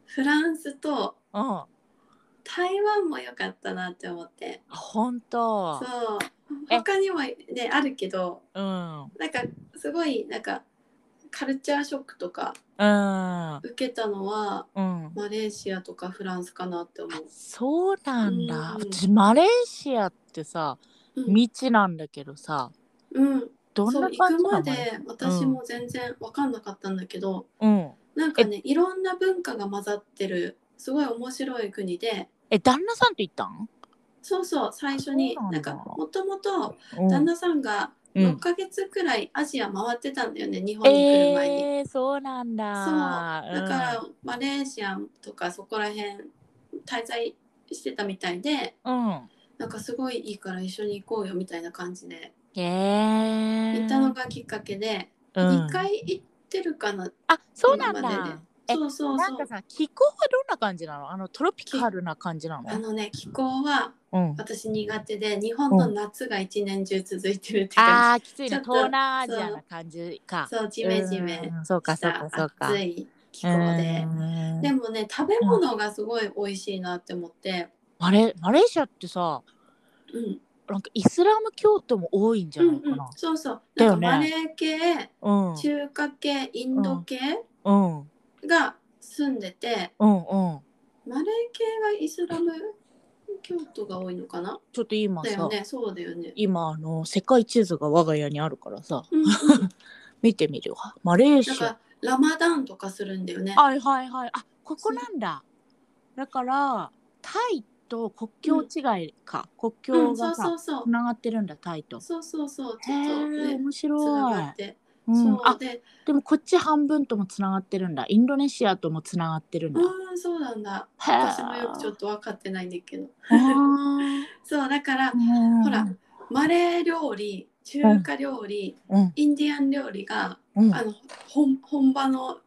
S2: フランスと
S1: うん
S2: 台湾も良かったなって思って
S1: あ本当
S2: そう
S1: え
S2: 他にもねあるけど
S1: うんうん
S2: なんかすごいなんかカルチャーショックとか
S1: うん
S2: 受けたのは
S1: うん
S2: マレーシアとかフランスかなって思う、
S1: そうなんだ、
S2: うん
S1: うちマレーシアってさ
S2: うん
S1: 未知なんだけどさ
S2: うん、
S1: どん
S2: そう
S1: な
S2: 行
S1: 感
S2: く
S1: じな
S2: ま
S1: の
S2: で私も全然分かんなかったんだけど、
S1: うん
S2: なんかねいろんな文化が混ざってるすごい面白い国で
S1: え旦那さんと行ったん、
S2: そうそう最初に
S1: そうな
S2: なん
S1: んだ
S2: かもともと
S1: うん
S2: 旦那さんが
S1: うん
S2: 6ヶ月くらいアジア回ってたんだよね、日本に来る前に。
S1: えー、そうなんだ
S2: そうだから、マレーシアとかそこら辺滞在してたみたいで
S1: うん、うん
S2: なんかすごいいいから一緒に行こうよみたいな感じで
S1: へえ
S2: 行ったのがきっかけで、
S1: うん
S2: 2回行ってるかな
S1: あそうなん
S2: 今まで
S1: だ
S2: ね
S1: え
S2: そうそう
S1: なん
S2: そ
S1: か
S2: う
S1: さ気候はどんな感じなのあのトロピカルな感じなの
S2: あのね気候は
S1: うん、
S2: 私苦手で日本の夏が一年中続いてるって感
S1: あーきつい
S2: ち
S1: ね
S2: ょっと
S1: 東南アジアな感じか
S2: じ、そうジメジメ
S1: うんそうか
S2: し
S1: そう
S2: た
S1: かそうか
S2: 暑い気候で
S1: う、ん
S2: でもね食べ物がすごい美味しいなって思って、
S1: あれマレーシアってさ
S2: うん、
S1: なんかイスラム教徒も多いんじゃ
S2: うん
S1: ないか
S2: うん
S1: な、。
S2: そうそう。
S1: だよ
S2: なん
S1: ね
S2: かマレー系、
S1: うん、うん、
S2: 中華系、インド系
S1: うん、うん、
S2: が住んでて、マレー系がイスラム教徒が多いのかな
S1: ちょっと今
S2: だ
S1: さ
S2: よ、ね、そうだよね。
S1: 今あの世界地図が我が家にあるからさ、
S2: うんうん
S1: [LAUGHS] 見てみるわ。マレー
S2: なん
S1: シア。
S2: かラマダンとかするんだよね。
S1: はいはいはい。あ、ここなんだ。だからタイと国境違いか、国
S2: う
S1: 境
S2: ん、そ
S1: が
S2: うそ
S1: さ
S2: うそう
S1: つ。ながってるんだタイと。
S2: そうそうそう。ち
S1: へ
S2: ょっと
S1: え
S2: ね、
S1: 面
S2: つなが
S1: 白い
S2: っ。て。
S1: うん、
S2: そ
S1: あ
S2: うで、
S1: でもこっち半分ともつながってるんだインドネシアともつながってるんだ、
S2: うん、そうなんだ。私もよくちょっと分かってないんだけど。
S1: あ
S2: そう、だか
S1: ー、
S2: ら
S1: うん
S2: ほら、マレー料理、中華料理、
S1: うん
S2: インディアン料理が、
S1: うん
S2: あの、本本場の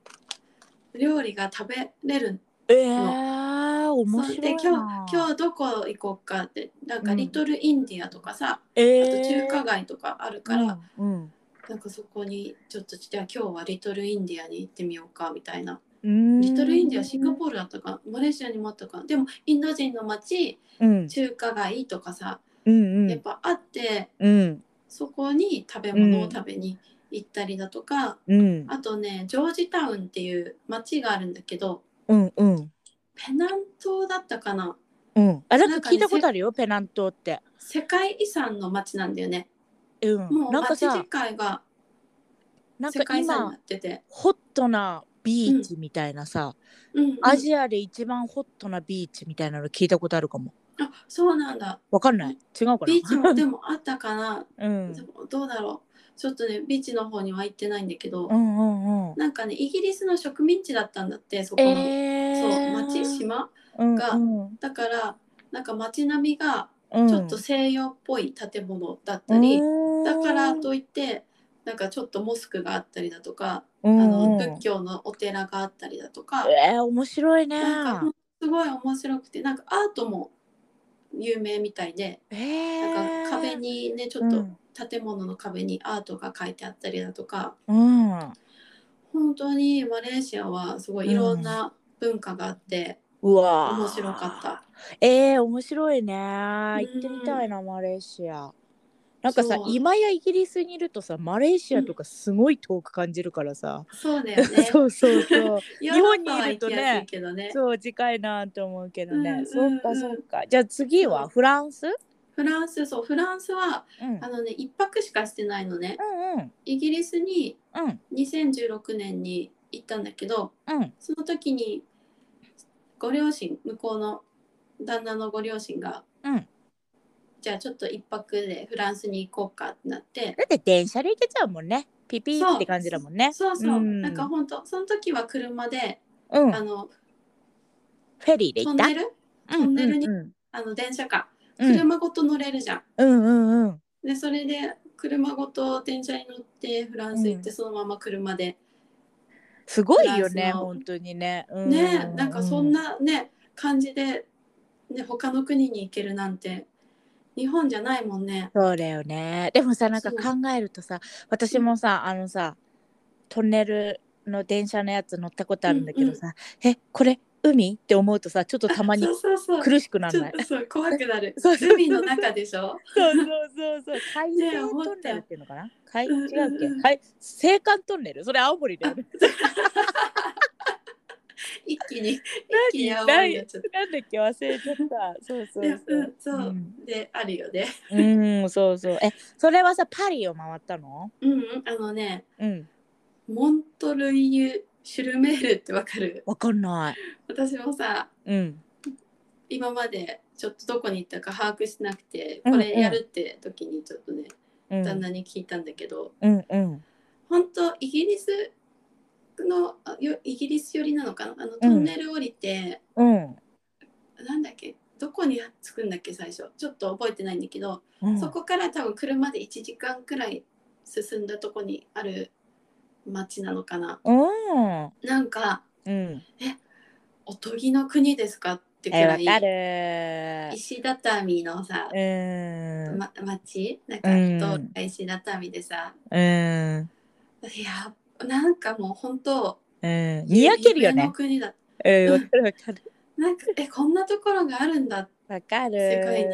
S2: 料理が食べれる
S1: えー、面
S2: そう
S1: 白い
S2: で
S1: な
S2: 今日今日どこ行こうかってなん
S1: う
S2: か
S1: ん
S2: リトルインディアとかさ、
S1: え
S2: あ
S1: ー
S2: と中華街とかあるから、
S1: うんうん
S2: なんかそこにちょっとじゃあ今日はリトルインディアに行ってみようかみたいな、
S1: うん
S2: リトルインディアシンガポールだったかマレーシアにもあったかでもインド人の街
S1: うん
S2: 中華街とかさ、
S1: うんう
S2: やっ
S1: ん
S2: ぱあって
S1: うん
S2: そこに食べ物を食べに行ったりだとか、
S1: うん
S2: あとねジョージタウンっていう街があるんだけど
S1: うんうん
S2: ペナン島だったかな
S1: うんあなん
S2: なん
S1: か
S2: か
S1: 聞い
S2: ね
S1: たことあるよペナン島って
S2: 世界遺産の街なんだよね。
S1: うん
S2: もう
S1: なんか
S2: 街
S1: さ
S2: 自体が
S1: なん
S2: 世
S1: か
S2: 界遺産にな
S1: 今
S2: ってて、
S1: ホットなビーチみたいなさ、
S2: うんうん、
S1: アジアで一番ホットなビーチみたいなの聞いたことあるかも
S2: あそうなんだ
S1: わかんない違うかな
S2: ビーチもでもあったかな、
S1: うん
S2: でもどうだろうちょっとねビーチの方には行ってないんだけど、
S1: うんうんうん
S2: なんかねイギリスの植民地だったんだってそこの、
S1: えー、
S2: そう町島が
S1: うんうん
S2: だからなんか街並みが
S1: うん
S2: ちょっと西洋っぽい建物だったり、
S1: うん
S2: だからといってなんかちょっとモスクがあったりだとか、
S1: うん
S2: あ
S1: うん
S2: の仏教のお寺があったりだとか、
S1: えー、面白いね
S2: なんかすごい面白くてなんかアートも有名みたいで
S1: え
S2: なん
S1: ー、
S2: か壁にねちょっと建物の壁にアートが書いてあったりだとか
S1: うん、うん
S2: 本当にマレーシアはすごいいろんな文化があって
S1: うわー
S2: 面白かった。
S1: えー、面白いね行ってみたいなマレーシアなんかさ
S2: そう
S1: 今やイギリスにいるとさマレーシアとかすごい遠く感じるからさ、
S2: そうだよね。
S1: [LAUGHS] そうそう
S2: [LAUGHS]
S1: そう
S2: ヨ
S1: 日
S2: ーロ
S1: 本
S2: ッ
S1: に
S2: パはい
S1: る
S2: 行
S1: と
S2: き
S1: ね
S2: やすいけどね。
S1: そう近いなと思うけどね、
S2: うんうんうん
S1: そうかそうかじゃあ次はフランス、
S2: フランスそうフランスは
S1: うん、うん
S2: あのね一泊しかしてないのね。
S1: うん
S2: イギリスに
S1: うん
S2: 2016年に行ったんだけど
S1: うん
S2: その時にご両親向こうの旦那のご両親が
S1: うん
S2: じゃあちょっと一泊でフランスに行こうかってなって
S1: だって電車で行けちゃうもんねピピーって感じだもんね
S2: そうそう、
S1: うん
S2: なんか本当その時は車で、
S1: うん
S2: あの
S1: フェリーで
S2: ト
S1: 行
S2: ン
S1: った
S2: ネルトンネルに
S1: うんうん
S2: あの電車か
S1: うん
S2: 車ごと乗れるじゃん、
S1: うんうんうん
S2: でそれで車ごと電車に乗ってフランス行って、
S1: う
S2: そのまま車です
S1: ごいよ
S2: フラ
S1: ね
S2: ンスの
S1: 本当にね、う
S2: ね、なんかそんなね感じで、ね、他の国に行けるなんて日本じゃないもんね。
S1: そうだよねでもさなんか
S2: そう
S1: 考えるとさ私もさあのさトンネルの電車のやつ乗ったことあるんだけどさ、えこれ海って思うとさちょっとたまに
S2: そうそうそう
S1: 苦しくな
S2: ち
S1: ら
S2: ょ
S1: な
S2: っ
S1: い。
S2: とそう怖くなる
S1: そうそうそう
S2: 海の中でし
S1: [LAUGHS]
S2: ょ。
S1: そうそうそうそう。海
S2: ねえ
S1: 底
S2: 思
S1: ト
S2: っ
S1: ン
S2: た
S1: ネルっていうのかな。海違うっけ
S2: うんうんうん
S1: 海青函トンネル。それ青森だよね。
S2: 一気に一気に
S1: 何
S2: 青いやつ。
S1: なんだっけ忘れちゃった。そうそ
S2: で
S1: うそう。
S2: そうう、
S1: ん
S2: であるよね。
S1: うん、そうそう。え、それはさパリを回ったの？
S2: うんうんあのね
S1: うん。
S2: モントルイユシュルメールってわかる。
S1: わかんない。
S2: 私もさ
S1: うん。
S2: 今までちょっとどこに行ったか把握しなくて
S1: うん
S2: こ
S1: うん
S2: れやるって時にちょっとね、
S1: うん
S2: 旦那に聞いたんだけど
S1: うんうん
S2: 本当イギリスのあよイギリス寄りなのかなあのトンネル降りて、
S1: うん
S2: なんだっけどこに着くんだっけ最初ちょっと覚えてないんだけど、
S1: うん。
S2: そこから多分車で1時間くらい進んだとこにある町なのかな。
S1: うん。
S2: なんか
S1: うん。
S2: おとぎの国ですかってく
S1: え、
S2: ら
S1: わ
S2: い、
S1: かる。
S2: 石畳のさ、
S1: うん。
S2: ま、町なんか
S1: うん
S2: どうか石畳でさ、
S1: うん。
S2: いやなんかもう本当
S1: うん。にやけるよ
S2: 夢
S1: ね
S2: の。国だ
S1: うん。わかるわかる。
S2: なんかえこんなところがあるんだっ
S1: わかる。
S2: 世界にっ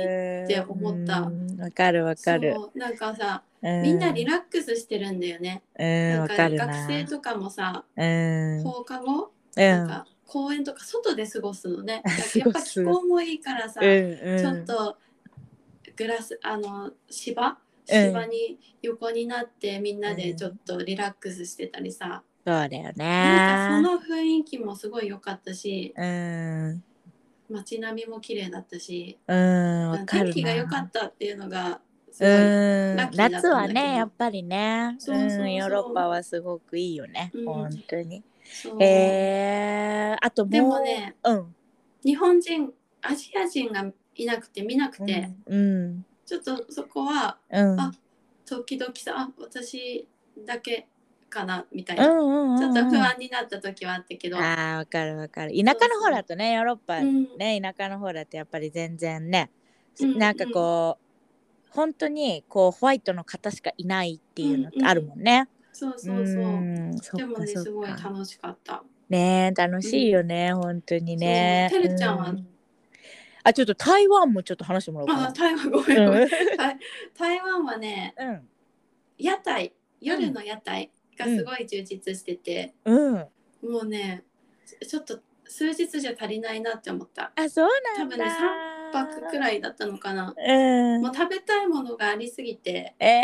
S2: て思った
S1: うん。わかるわかる。
S2: そうなんかさ
S1: う
S2: みんなリラックスしてるんだよね、
S1: うん、
S2: な
S1: わ
S2: ん
S1: か
S2: か
S1: るな。
S2: 学生とかもさ
S1: うん。うん。
S2: 放課後、なん
S1: う
S2: か公園とか外で過ご
S1: [LAUGHS]
S2: すのね
S1: 過
S2: やっ
S1: ご
S2: ぱ
S1: す
S2: 気候もいいからさ、
S1: ん。
S2: ちょっとグラスあの芝芝に横になってみんなでちょっとリラックスしてたりさ、
S1: そうだよ
S2: なん
S1: ね。
S2: かその雰囲気もすごい良かったし
S1: うん。
S2: 街並みも綺麗だったし
S1: うん、わかるな。
S2: 天気が良かったっていうのがすごい、
S1: う
S2: ラッ
S1: ん
S2: キーだったんだけど
S1: 夏はねやっぱりね
S2: そうそうそうん
S1: ヨーロッパはすごくいいよね、
S2: うん
S1: 本当に
S2: そう
S1: えー、あともう
S2: でもね
S1: うん
S2: 日本人アジア人がいなくて見なくて、
S1: うん
S2: ちょっとそこは
S1: うん
S2: あ時々さあ私だけかなみたい
S1: うんうん
S2: な、
S1: うんうん
S2: ちょっと不安になった時はあったけど、
S1: あーわかるわかる田舎の方だとねヨーロッパ
S2: うん
S1: ね田舎の方だとやっぱり全然ね、
S2: うん
S1: なんかこう本当にこうホワイトの方しかいないっていうのってあるもんね、
S2: そうそうそう、
S1: んそっ
S2: でも
S1: か
S2: ね
S1: そっ
S2: すごい
S1: か
S2: 楽しかった
S1: ねえ楽しいよね、本当にね。
S2: そうてるちゃんは
S1: うあちょっと台湾もちょっと話してもらおうか
S2: あ
S1: な。
S2: 台湾ごめんごめん台 [LAUGHS] 台湾はね
S1: うん
S2: 屋台夜の屋台がすごい充実してて、
S1: うん、
S2: もうねちょっと数日じゃ足りないなって思った
S1: あそうなんだ。
S2: 多分ね1泊くらいだったのかな
S1: うん
S2: もう食べたいものがありすぎて
S1: え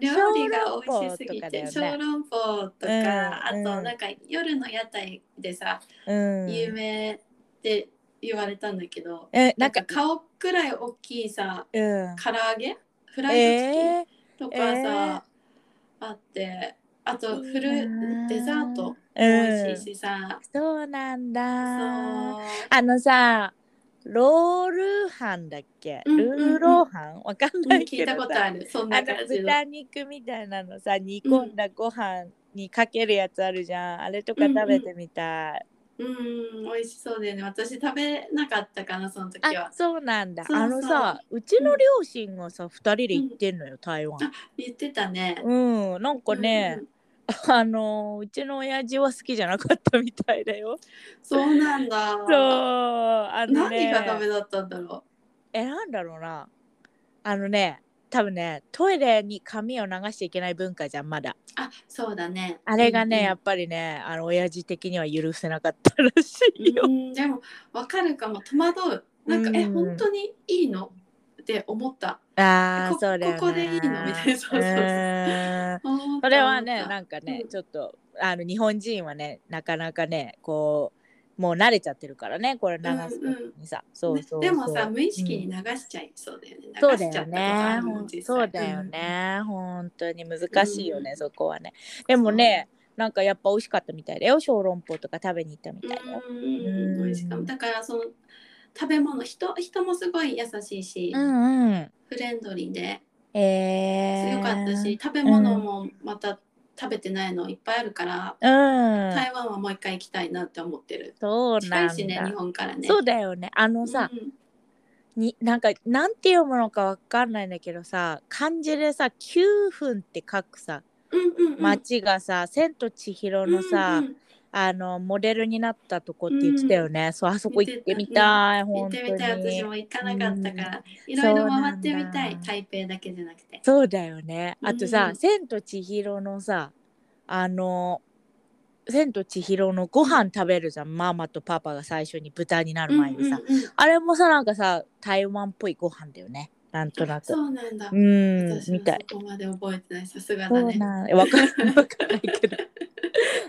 S2: 料理が美味しすぎて
S1: 小
S2: 小
S1: 籠
S2: 籠包とか,、
S1: うん
S2: あ
S1: うん
S2: となんか夜の屋台でさ、
S1: うん
S2: 有名って言われたんだけど
S1: え
S2: な
S1: なんん
S2: か
S1: か
S2: 顔くらい大きいさ
S1: うん
S2: 唐揚げフライドチキン
S1: え
S2: とかさ、
S1: えー
S2: あってあとフ
S1: いい
S2: ル
S1: なー
S2: デザートも
S1: うん
S2: 美味しいしさ、
S1: そうなんだ。
S2: そう
S1: あのさロールハンだっけ、
S2: うん
S1: ルーローハンわかん
S2: う
S1: なん [LAUGHS] い
S2: 聞
S1: けど
S2: いた
S1: さ
S2: ことあるそん
S1: あ
S2: な
S1: の
S2: 感じの
S1: 豚肉みたいなのさ煮込んだご飯にかけるやつあるじゃん、あれとか食べてみたい、
S2: うん美味しそうだよね私食べなかったかなその時は
S1: あそうなんだ
S2: そうそう
S1: あのさうちの両親がさ、二2人で行ってんのよ台湾
S2: 言ってたね、
S1: うん、なんかね
S2: う、ん
S1: あのうちの親父は好きじゃなかったみたいだよ
S2: そうなんだ
S1: そうあの
S2: 何
S1: ね
S2: がダメだったんだろ
S1: えなんだろうなあのね多分ねトイレに髪を流しちゃいけない文化じゃんまだ
S2: うあそうだね
S1: あれがね、
S2: うんうん
S1: やっぱりねあの親父的には許せなかったらしいよ、
S2: うん、でもわかるかも戸惑うなんか、
S1: うん
S2: え本当にいいのって思った
S1: [LAUGHS] ああ
S2: こ
S1: そうだよね
S2: ここでいいのみたいなそうそうそう
S1: うーん
S2: 思った
S1: それはね
S2: 思った
S1: なんかね、
S2: うん
S1: ちょっとあの日本人はねなかなかねこうもう慣れちゃってるからねこれ流す時にさ、そうそうそう
S2: ねでもさ無意識に流しちゃいそうだよね、
S1: そう
S2: 流
S1: だ
S2: しちゃ
S1: よ
S2: ったことあ
S1: ね
S2: るもん。実際
S1: そうだよね。本当に難しいよね、そこはね。で
S2: う
S1: もね、なんかやっぱ美味しかったみたいだよ。小籠包とか食べに行ったみ
S2: う
S1: たいだよ。
S2: ん
S1: うん
S2: 美味しかっただからその食べ物人人もすごい優しいし、
S1: うんうん。
S2: フレンドリーで
S1: えー。
S2: 強かったし、。食べ物もまた食べてないのいっぱいあるから、
S1: うん。
S2: 台湾はもう一回行きたいなって思ってる
S1: そう
S2: 近
S1: ない
S2: し
S1: ん
S2: ね日
S1: だ。
S2: 本からね
S1: そうだよね。あのさ、
S2: うん
S1: になんかなんて読むのかわかんないんだけどさ、漢字でさ、九分って書くさ、
S2: うんうんうん、
S1: 町がさ、千と千尋のさ
S2: うん、うん
S1: あのモデルになったとこって言ってたよね、そうあそこ行ってみたい、
S2: 行
S1: 本
S2: っ
S1: 当
S2: て
S1: に
S2: みたい私も行かなかったから、いろいろ回ってみ
S1: そ
S2: た
S1: うないんだ
S2: 台北だけじゃなくて
S1: そうだよねあとさ「
S2: うん
S1: 千と千尋」のさあの「千と千尋」のご飯食べるじゃん、ママとパパが最初に豚になる前にさ、
S2: うんうんうん
S1: あれもさなんかさ台湾っぽいご飯だよねなんとなく
S2: そうなんだ、
S1: うん
S2: 私は
S1: みたい
S2: そこまで覚えてないさすが
S1: そ
S2: だ
S1: う
S2: ね
S1: なんわかんないわかんないけど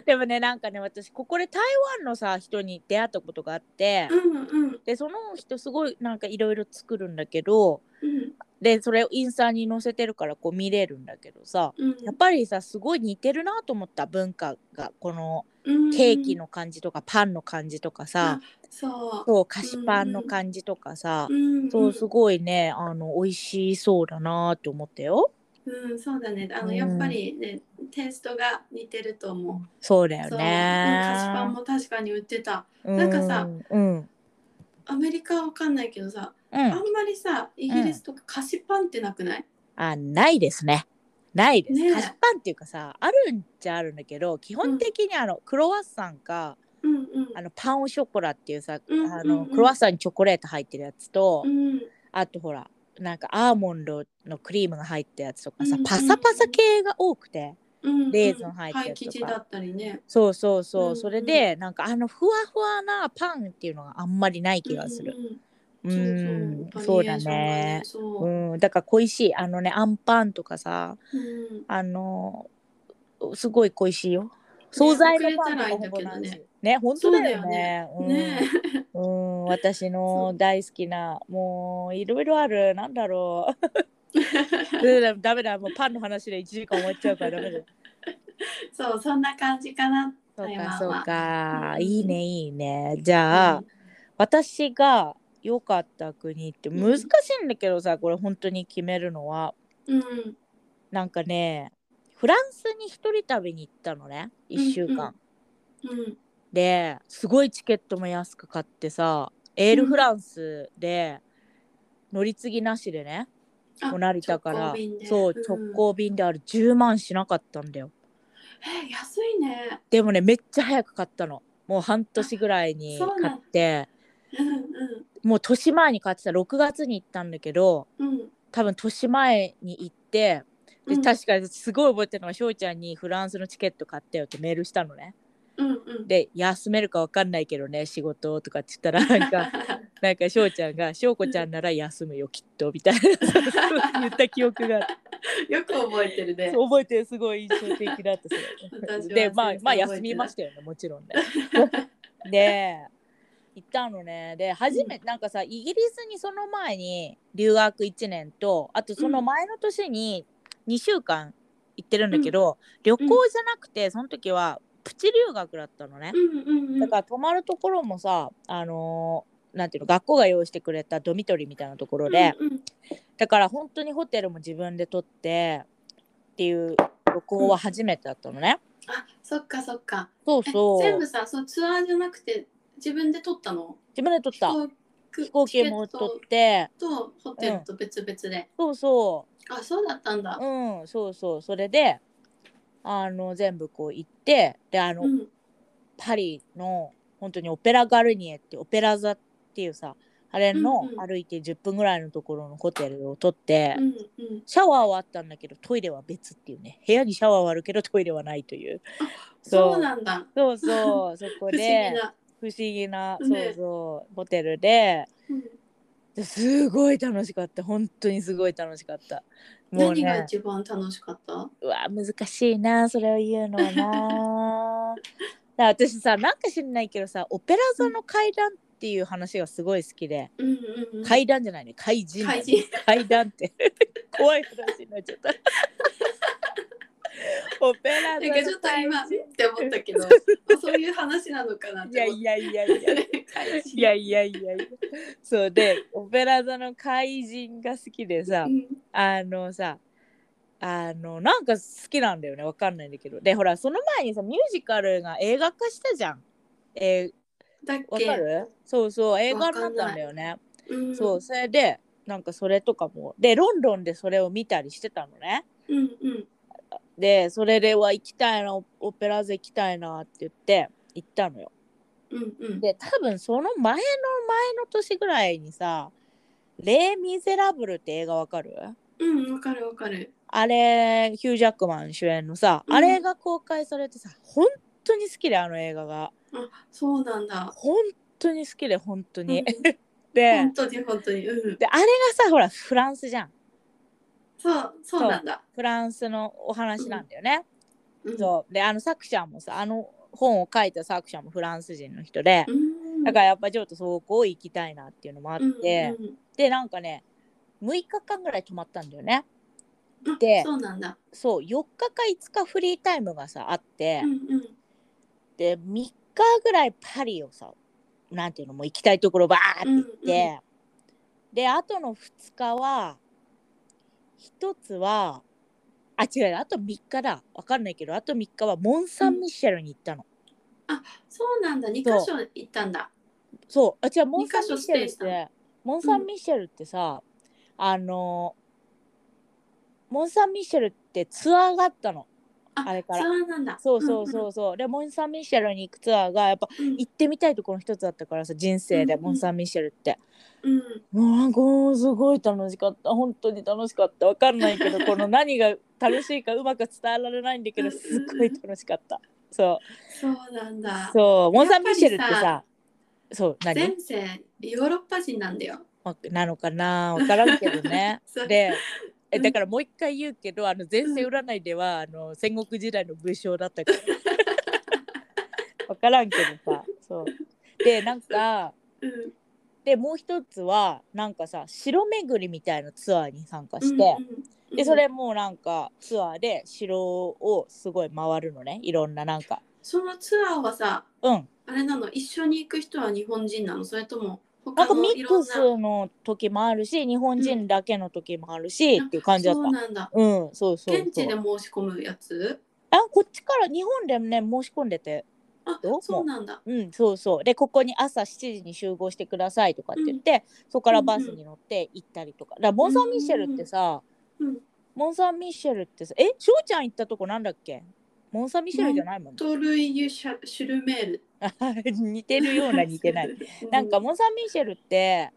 S1: でもねなんかね私ここで台湾のさ人に出会ったことがあって、
S2: うんうん
S1: でその人すごいなんかいろいろ作るんだけど
S2: うん
S1: でそれをインスタに載せてるからこう見れるんだけどさ
S2: うん
S1: やっぱりさすごい似てるなと思った文化がこの
S2: うん
S1: ケーキの感じとかパンの感じとかさ、
S2: そ
S1: そう菓子パンの感じとかさ
S2: う、、うん、
S1: そうすごいねあの美味しそうだなって思ったよ。
S2: うん、そうだねあの、
S1: うん
S2: やっぱりねテイストが似てると思う
S1: そうだよ
S2: そううん菓子パン
S1: ね。
S2: も確かに売ってたなんかさ
S1: うん、うん
S2: アメリカはわかんないけどさ、
S1: う
S2: あん
S1: ん、
S2: まりさイギリスとか菓子パンってなくない、
S1: あないですね。ないです。
S2: ねえ
S1: 菓子パンっていうかさあるんじゃあるんだけど基本的にあの、クロワッサンか
S2: うんうん
S1: あのパンオショコラっていうさ、
S2: うん
S1: あ
S2: うんう
S1: の
S2: ん
S1: クロワッサンにチョコレート入ってるやつと、
S2: うん
S1: あとほらなんかアーモンドのクリームが入ったやつとかさ、
S2: うんうん
S1: パサパサ系が多くて
S2: うんうん
S1: レーズン入ってるとか
S2: パイ生地だったりね
S1: そうそうそう、
S2: うんうん
S1: それでなんかあのふわふわなパンっていうのがあんまりない気がする。う
S2: う
S1: ん
S2: うん
S1: ん、
S2: そう
S1: そ
S2: そうう
S1: だね。
S2: そう
S1: うん、だから恋しいあのねあんパンとかさ
S2: うん
S1: あのすごい恋しいよ。惣菜のパンとかほぼない
S2: 遅れたらいいんだけ
S1: し
S2: どね。
S1: ね、本当だよね。うん
S2: ね
S1: うん、私
S2: そ
S1: の
S2: う
S1: 大好きな、もういろいろある、なんだろう。
S2: [LAUGHS]
S1: うんダメだ、もうパンの話で1時間終わっちゃうからダメだ。
S2: えそうそんな感じかな
S1: そう
S2: 台湾
S1: か、
S2: は
S1: そうか。
S2: うん
S1: いいね、いいね。じゃあ、私が良かった国って
S2: ん
S1: 難しいんだけどさ、これ本当に決めるのは。
S2: うんうん
S1: なんかね、フランスに一人旅に行ったのね、1週間。
S2: うんうんうん
S1: で、すごいチケットも安く買ってさ、エールフランスで、乗り継ぎなしでね、
S2: あ
S1: もう成田から
S2: 直行便で
S1: そう
S2: うん
S1: 直行便であれ10万しなかったんだよ
S2: えー安いね
S1: でもねめっちゃ早く買ったのもう半年ぐらいに
S2: あそう
S1: 買
S2: な
S1: っ
S2: ん
S1: て
S2: うん
S1: もう年前に買ってた6月に行ったんだけど
S2: うんうん
S1: 多分年前に行ってで
S2: うん
S1: 確かにすごい覚えてるのが翔ちゃんにフランスのチケット買ったよってメールしたのね
S2: うんうん
S1: で休めるか分かんないけどね仕事とかって言ったら
S2: [LAUGHS]
S1: なんかなんか翔ちゃんが翔子ちゃんなら休むよきっとみ
S2: [LAUGHS]
S1: たいな言った記憶があって
S2: よく覚えてるね
S1: そう覚えてるすごい印象的だったそれ
S2: 私は
S1: でまあ
S2: 全然
S1: まあ
S2: 覚えてない
S1: 休みましたよねもちろんね [LAUGHS] で行ったのねで初め、なんかさイギリスにその前に留学1年とあとその前の年に2週間行ってるんだけど、旅行じゃなくてその時はプチ留学だったのね、
S2: うんうんうん
S1: だから泊まるところもさあのーなんていうの学校が用意してくれたドミトリーみたいなところで、
S2: うんうん
S1: だから本当にホテルも自分で取ってっていう旅行は初めてだったのね。
S2: あそっかそっか
S1: そう
S2: え
S1: そう。
S2: 全部さそのツアーじゃなくて自分で取ったの
S1: 自分で取った。
S2: 飛
S1: 飛行機も取って。
S2: とホテルと別々で、
S1: そうそ
S2: あそうだったんだ
S1: う。うん、そうそう。それで、あの、全部こう行って、で、あの、
S2: うん
S1: パリの本当にオペラガルニエってオペラ座っていうさ、あれの
S2: うんうん
S1: 歩いて10分ぐらいのところのホテルを取って、
S2: うんうん
S1: シャワーはあったんだけどトイレは別っていうね部屋にシャワーはあるけどトイレはないという
S2: そうなんだ
S1: そうそうそこ
S2: 不思議
S1: で
S2: な、
S1: 不思議な、
S2: ね
S1: そうそうホテルで
S2: うん
S1: ですごい楽しかった本当にすごい楽しかったもう
S2: 何が
S1: ね
S2: 一番楽しかった
S1: うわ難しいなそれを言うのはなだ私さなんか知んないけどさオペラ座の階段っていう話がすごい好きで、
S2: うんうんうん
S1: 階段じゃないね怪人だね
S2: 怪人
S1: 階段って [LAUGHS] 怖い話になっちゃった [LAUGHS] オペラ
S2: な
S1: 座
S2: んかちょ
S1: の
S2: っと
S1: 怪
S2: 今んっ
S1: 人
S2: て思った
S1: [LAUGHS]
S2: けどそういう話なのかなっ
S1: いや
S2: て思っ
S1: いやいや
S2: [LAUGHS]
S1: いや
S2: て怪人
S1: いやいやいやいやそうでオペラ座の怪人が好きでさ
S2: うん
S1: あのさあのなんか好きなんだよねわかんないんだけどでほらその前にさミュージカルが映画化したじゃんえ
S2: だっ
S1: ー、わ
S2: け
S1: かるそうそう映画になったんだよね
S2: うん
S1: そうそれでなんかそれとかもでロンドンでそれを見たりしてたのね
S2: うんうん
S1: でそれでは行きたいなオオペラ座行きたいなって言って行ったのよ
S2: うんうん
S1: で多分その前の前の年ぐらいにさ「レイ・ミゼラブル」って映画わかる
S2: うんわかるわかる
S1: あれヒュー・ジャックマン主演のさ、
S2: うん
S1: あれが公開されてさ本当に好きであの映画が
S2: あそうなんだ
S1: 本当に好きで本当に、
S2: うん
S1: [LAUGHS] で
S2: 本当に本当にうん
S1: であれがさほらフランスじゃん
S2: そうそうなんだ
S1: フランスのお話なんだよね、
S2: うん
S1: そうであの作者もさあの本を書いた作者もフランス人の人で、
S2: うん
S1: だからやっぱちょっとそこ行きたいなっていうのもあって、
S2: うんうん
S1: でなんかね6日間ぐらい泊まったんだよね
S2: うんあ
S1: で
S2: そうなんだ
S1: そう4日か5日フリータイムがさあって、
S2: うんうん
S1: で3日ぐらいパリをさなんていうのもう行きたいところバーって行って、
S2: うん
S1: であとの2日は1つはあ違うあと3日だわかんないけどあと3日はモン・サン・ミシェルに行ったの、
S2: そうなんだ二箇所行ったんだ
S1: そうあ違うモン・サン・
S2: 二
S1: ミ
S2: 箇所ス
S1: シェル
S2: テイ
S1: っ
S2: した
S1: てモン・サン・ミシェルってさ、あのモン・サン・ミシェルってツアーがあったのあれから
S2: そうなんだ。
S1: そうそうそうそう、でモン・サン・ミシェルに行くツアーがやっぱ
S2: うん。
S1: 行ってみたいところの一つだったからさ人生で
S2: うんうん
S1: モン・サン・ミシェルって、
S2: うん。
S1: もうなんかもうすごい楽しかった本当に楽しかったわかんないけ
S2: [LAUGHS]
S1: どこの何が楽しいかうまく伝えられないんだけど
S2: うん
S1: す
S2: うんうん
S1: っごい楽しかったそ
S2: そうなん
S1: う
S2: だ。
S1: そうモン・サン・ミシェルって
S2: やっぱり
S1: さそう何
S2: 前世ヨーロッパ人なんだよ。
S1: わなのかなわからんけどね
S2: [LAUGHS] そう
S1: でえ
S2: うん
S1: だからもう一回言うけどあの前世占いではあの戦国時代の武将だったから [LAUGHS] わからんけどさそうでなんか
S2: うん。
S1: でもう一つはなんかさ城巡りみたいなツアーに参加して、
S2: うんうん
S1: でそれもなんかツアーで城をすごい回るのねいろんななんか
S2: そのツアーはさ、
S1: うん
S2: あれなの一緒に行く人は日本人なのそれとも
S1: なん
S2: 他
S1: か
S2: の
S1: ミ
S2: い
S1: ッ
S2: ろ
S1: ク
S2: んな
S1: スの時もあるし日本人だけの時もあるし、
S2: うん
S1: っていう感じだった
S2: そうなんだ。
S1: うんそうそうそう
S2: 現地で申し込むやつ
S1: あこっちから日本でもね申し込んでて
S2: あ
S1: どう
S2: そうなんだ。
S1: うん、そうそう。で、ここに朝7時に集合してくださいとかって言って、そこからバスに乗って行ったりとか。だからモン・サン・ミッシェルってさ、
S2: うん
S1: モン・サン・ミッシェルってさ、え、翔ちゃん行ったとこなんだっけモン・サン・ミッシェルじゃないもん、ね。
S2: トルイユシャシュルメール。
S1: [LAUGHS] 似てるような似て
S2: [LAUGHS]
S1: ない。。なんか
S2: も
S1: モン・サン・ミッシェルって、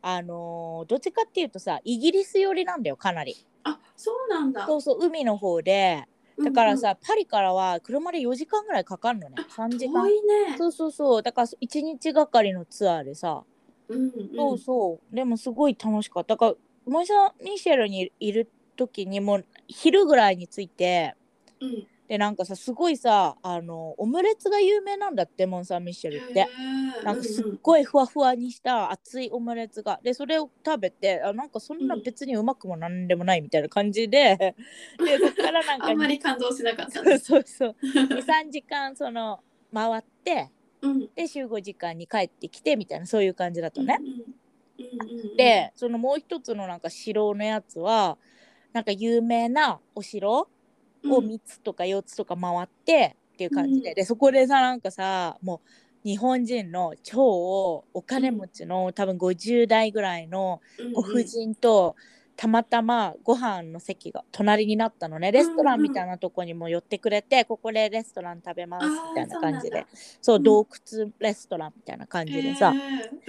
S1: あのーどっちかっていうとさ、イギリス寄りなんだよ、かなり。
S2: あそうなんだ。
S1: そうそう、海の方で。だからさ、パリからは車で4時間ぐらいかかるのね。
S2: う
S1: 3
S2: ん
S1: 時
S2: うん、
S1: 間
S2: 遠。いね。
S1: そうそうそう。だから1日がかりのツアーでさ、
S2: うん
S1: そうそう。でもすごい楽しかった。だから、モイサン・ミシェルにいる時にもう昼ぐらいに着いて、
S2: うんうん。
S1: で、なんかさ、すごいさ、あの、オムレツが有名なんだって、モン・サン・ミシェルっ
S2: へ
S1: て。
S2: ー
S1: なんかすっ
S2: うう
S1: ごいふわふわにした熱いオムレツが。で、それを食べて、あなんかそんな別にうまくもなんでもないみたいな感じで、で、そっからなんか
S2: [LAUGHS] あんまり感動しなかった。
S1: [LAUGHS] そうそうそう。2、3時間、その、回って、
S2: うん。
S1: で、集合時間に帰ってきてみたいな、そういう感じだったね。
S2: うんうん。うんうん、
S1: でそのもう一つのなんか城のやつはなんか有名なお城
S2: うん、
S1: を3つとか4つとか回ってっていう感じで、
S2: うん
S1: でそこでさなんかさもう日本人の超お金持ちの多分50代ぐらいの
S2: うん
S1: ご婦人とたまたまご飯の席が隣になったのねレストランみたいなとこにも寄ってくれて、ここでレストラン食べますみたいな感じ
S2: あーそうなん
S1: で
S2: だ
S1: そう
S2: うん
S1: 洞窟レストランみたいな感じでさ、
S2: へ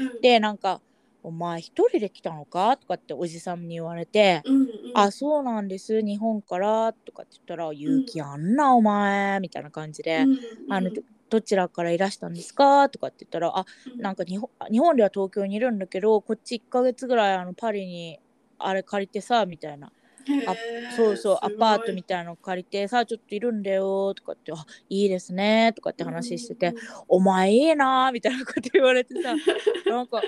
S2: ーうん、
S1: でなんか「お前一人で来たのか?」とかっておじさんに言われて
S2: うんうん
S1: 「あそうなんです日本から」とかって言ったら「勇気あんなお前」みたいな感じで「
S2: うん
S1: あのどどちらからいらしたんですか?」とかって言ったら「あ
S2: うん
S1: なんか日本あ日本では東京にいるんだけどこっち1ヶ月ぐらいあのパリにあれ借りてさ」みたいなあ
S2: へー
S1: そうそう、ア
S2: すごい
S1: パートみたいなの借りてさ、ちょっといるんだよとかって、あいいですねとかって話してて、
S2: うん
S1: お前いいなみたいなこと言われて
S2: [LAUGHS]
S1: さ、なんか、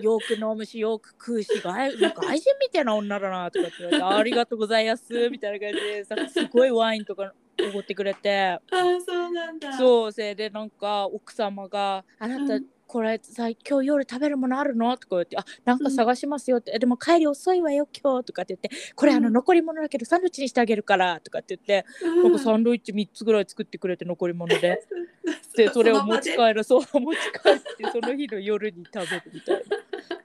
S1: よく飲むし、よく食うし、外なんか愛人みたいな女だなとかって言われ
S2: [LAUGHS]
S1: て、ありがとうございますみたいな感じでさ、すごいワインとかおごってくれて、
S2: あーそうなんだ。う。
S1: そう、それでなんか奥様が、あなた、
S2: うん
S1: これさ今日夜食べるものあるのとか言って「あなんか探しますよ」ってえ「でも帰り遅いわよ今日」とかって言って「これあの
S2: うん
S1: 残り物だけどサンドイッチにしてあげるから」とかって言って、
S2: うん
S1: なんかサンドイッチ3つぐらい作ってくれて残り物ででそれを持ち
S2: る。
S1: 帰るそう持ち帰ってその日の夜に食べるみたいな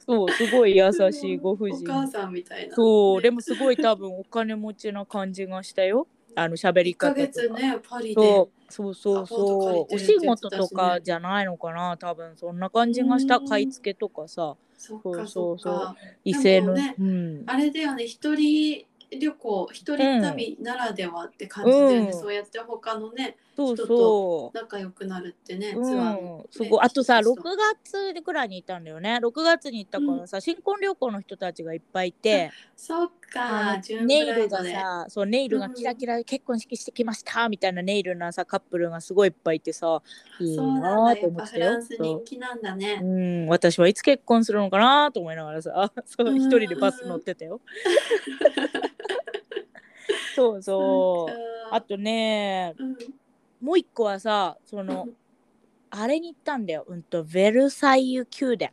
S1: そうすごい優しいご婦
S2: お母
S1: 人
S2: さんみたいな。
S1: そうで
S2: も
S1: もすごい多分お金持ちな感じがしたよあの喋り
S2: 一
S1: 方
S2: ヶ
S1: と
S2: 月
S1: か。
S2: ねパリで。
S1: そうそうそう
S2: アパ
S1: そ
S2: ート
S1: うお
S2: 借りて
S1: 仕
S2: るって言って
S1: 事
S2: たしね
S1: とかじゃないのかな多分そんな感じがした
S2: うん
S1: 買い付けとかさ
S2: そっ
S1: そ
S2: か
S1: うそ
S2: そうっ
S1: そう
S2: か。
S1: 異性の、
S2: でもね
S1: うん
S2: あれだよね一人旅行一人旅ならではって感じだよね。
S1: うん
S2: そうやって他のね
S1: そうそ
S2: 仲良くなるってね、
S1: う、う
S2: ツアーの
S1: ん
S2: ね、
S1: すごいあとさ6
S2: 人たち
S1: 月ぐらいに行ったんだよね6月に行ったからさ、新婚旅行の人たちがいっぱいいて
S2: そっ
S1: あ
S2: か
S1: の
S2: ジュンブ
S1: ネイ
S2: ラ
S1: ル
S2: イド
S1: が
S2: で。
S1: さそうネイルがキラキラ結婚式してきましたみたいなネイルなさカップルがすごいいっぱいいてさいい
S2: そう
S1: な
S2: な
S1: あ
S2: んだ
S1: と
S2: やっ
S1: 思
S2: ぱ
S1: っ
S2: フ
S1: てたよ
S2: ランス人気なんだね
S1: う。ん、私はいつ結婚するのかなと思いながらさ、 [LAUGHS] そうう、
S2: ん
S1: 一人でバス乗ってた
S2: [LAUGHS]
S1: よ。そうそう。あ
S2: あ
S1: とね、
S2: うん
S1: もう一個はさ、その、あれに行ったんだよ。うんと、ベルサイユ宮殿。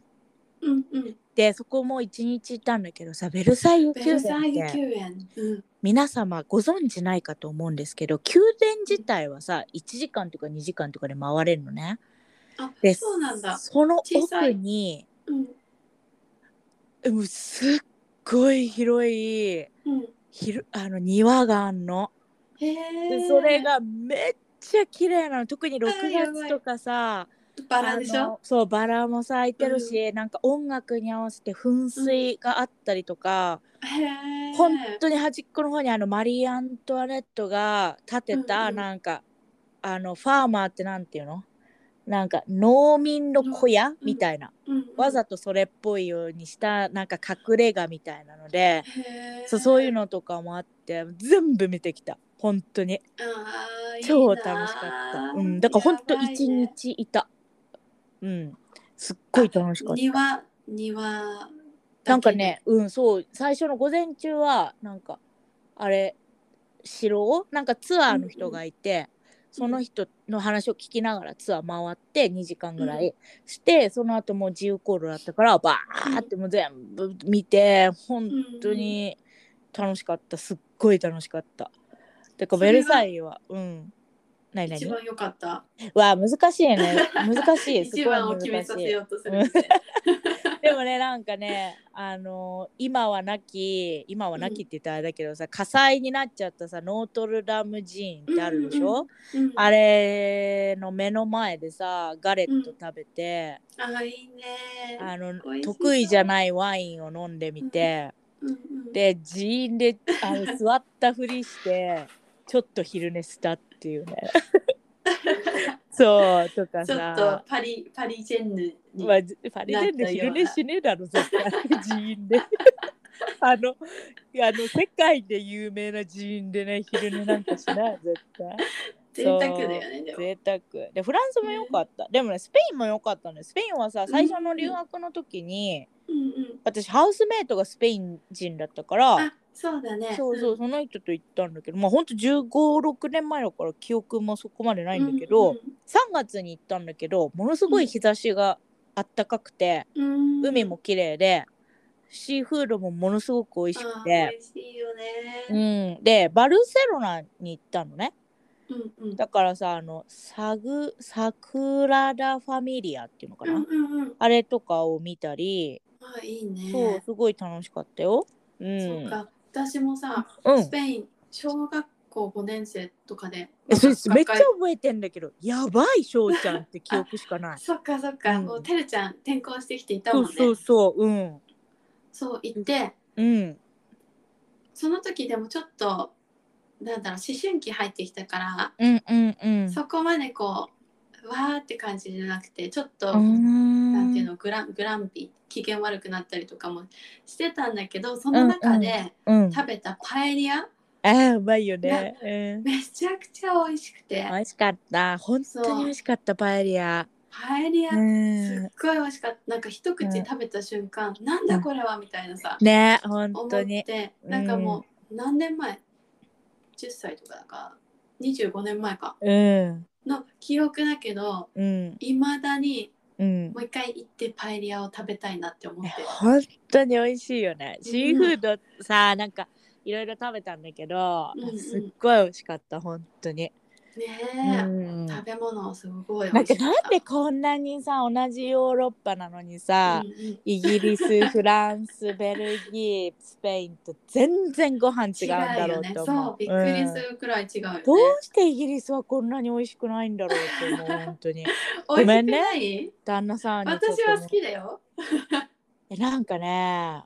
S2: うんうん
S1: で、そこも一日行ったんだけどさ、ベルサイユ
S2: ベ
S1: 宮
S2: ルサイユ
S1: 殿って、
S2: 宮園。うん
S1: 皆様ご存知ないかと思うんですけど、宮殿自体はさ、1時間とか2時間とかで回れるのね。
S2: あ
S1: で、
S2: そうなんだ。
S1: その
S2: 小さい
S1: 奥に、
S2: うん
S1: もうすっごい広い、
S2: うん。
S1: ひるあの庭があんの
S2: へへえ
S1: でそれがめっちゃ綺麗なの特に6月とかさ
S2: バラでし
S1: あ
S2: ょ
S1: のそうバラも咲いてるし、なんか音楽に合わせて噴水があったりとか、
S2: へえ
S1: 本当に端っこの方にあのマリー・アントワネットが建て
S2: うん
S1: た
S2: うん
S1: なんか、あのファーマーってなんていうのなんか農民の小屋みたいな、わざとそれっぽいようにしたなんか隠れ家みたいなので、
S2: へー
S1: そうそういうのとかもあって全部見てきた本当に
S2: あーいいなー
S1: 超楽しかったうん、だから本当一日いたうんすっごい楽しかった
S2: やばいね庭庭
S1: なんかね、うん、そう、最初の午前中は、なんか、あれ、城なんかツアーの人がいて、その人の話を聞きながらツアー回って2時間ぐらいして、その後もう自由航路だったから、バーってもう全部見て、本当に楽しかった。すっごい楽しかった。てか、
S2: それ
S1: ベ
S2: は
S1: ルサイユは、うん。ないな
S2: 一
S1: に
S2: 番良かった
S1: わあ、難しいね。難しい。す
S2: 一
S1: ごい
S2: 番を
S1: 難し
S2: 決めさせ
S1: い。
S2: ようとするんで [LAUGHS]
S1: でもねなんかねあの今はなき今はなきって言ったらあれだけどさ、火災になっちゃったさノートルダム寺院ってあるでしょ、
S2: うんうんうん
S1: あれの目の前でさガレット食べて、
S2: あーいいね
S1: あの
S2: 美味しそう
S1: 得意じゃないワインを飲んでみて、
S2: うんうん
S1: で寺院であの座ったふりしてちょっと昼寝したっていう
S2: [LAUGHS]
S1: ねそうとか
S2: ちょ
S1: さ
S2: っとパリパリジェンヌに
S1: まあ、じパリで昼寝しねえだろ、絶対、寺院で。あの、いやあの、世界で有名な寺院でね、昼寝なんかしない、絶対。
S2: 贅沢だよねでも
S1: 贅沢。で、フランスも良かった。でもね、スペインも良かったね。スペインはさ、最初の留学の時に、
S2: うんうん
S1: 私、ハウスメイトがスペイン人だったから
S2: あ、そうだね
S1: そうそう、その人と行ったんだけど、まあ、ほんと15、6年前だから記憶もそこまでないんだけど、3月に行ったんだけど、ものすごい日差しがあったかくて、海
S2: 海
S1: も綺麗でシーフードもものすごく美味しく
S2: 美
S1: て、
S2: 味しいよ
S1: う
S2: ね
S1: ん、でバルセロナに行ったのね
S2: うんうん
S1: だからさあのサグサクラダ・ファミリアっていうのかな、
S2: うんうんうん
S1: あれとかを見たり
S2: あいいね
S1: そうすごい楽しかったよ。う、
S2: そうんか私もさ
S1: う
S2: ス
S1: ん
S2: ペイン小学校5年生とかで
S1: えそれめっちゃ
S2: 学
S1: 覚えてんだけどやばい翔ちゃんって記憶しかな
S2: 会。
S1: い
S2: そっかそっか
S1: うん
S2: もうてるちゃん転校してきていた
S1: そ
S2: もん
S1: う
S2: ね
S1: そうそううん
S2: そう行って
S1: うん
S2: その時でもちょっとなんだろう思春期入ってきたから
S1: うんうんうん。
S2: そこまでこうわーって感じじゃなくてちょっと
S1: うーん
S2: なんていうのグラングランピー機嫌悪くなったりとかもしてたんだけどその中で
S1: うん、
S2: 食べたパエリア、
S1: あーうまいよね。うん
S2: めちゃくちゃ美味しくて
S1: 美味しかった本当に美味しかったパエリア
S2: パエリア
S1: う
S2: す
S1: ん
S2: っごい美味しかったなんか一口食べた瞬間、なんだこれはみたいなさ、
S1: ね本
S2: 思っ
S1: 当に
S2: て
S1: うん
S2: なんかもう何年前10歳とかだから25年前か
S1: うん
S2: の記憶だけど
S1: うん
S2: いまだに
S1: うん
S2: もう一回行ってパエリアを食べたいなって思って
S1: 本当に美味しいよね
S2: うん
S1: シーフードさなんかいろいろ食べたんだけど、
S2: うんうん
S1: すっごい美味しかった本当に、う
S2: ね
S1: ん
S2: え、
S1: なん
S2: 食
S1: か
S2: べ物すごい美
S1: なん
S2: 味しかった
S1: でこんなにさ同じヨーロッパなのにさ、
S2: うんうん
S1: イギリス、フランス、ベルギー、スペインと全然ご飯違うんだ
S2: 違う
S1: ろ
S2: よ
S1: う
S2: ね
S1: と思う。
S2: そうびっくり
S1: うん
S2: するくらい違うよね、
S1: どうしてイギリスはこんなに美味しくないんだろうって思う本当
S2: [LAUGHS]
S1: に
S2: 美
S1: ごめん
S2: 味しく
S1: ね
S2: ない、
S1: 旦那さんにちょっ
S2: 私
S1: と
S2: は好きだよ
S1: えなんかね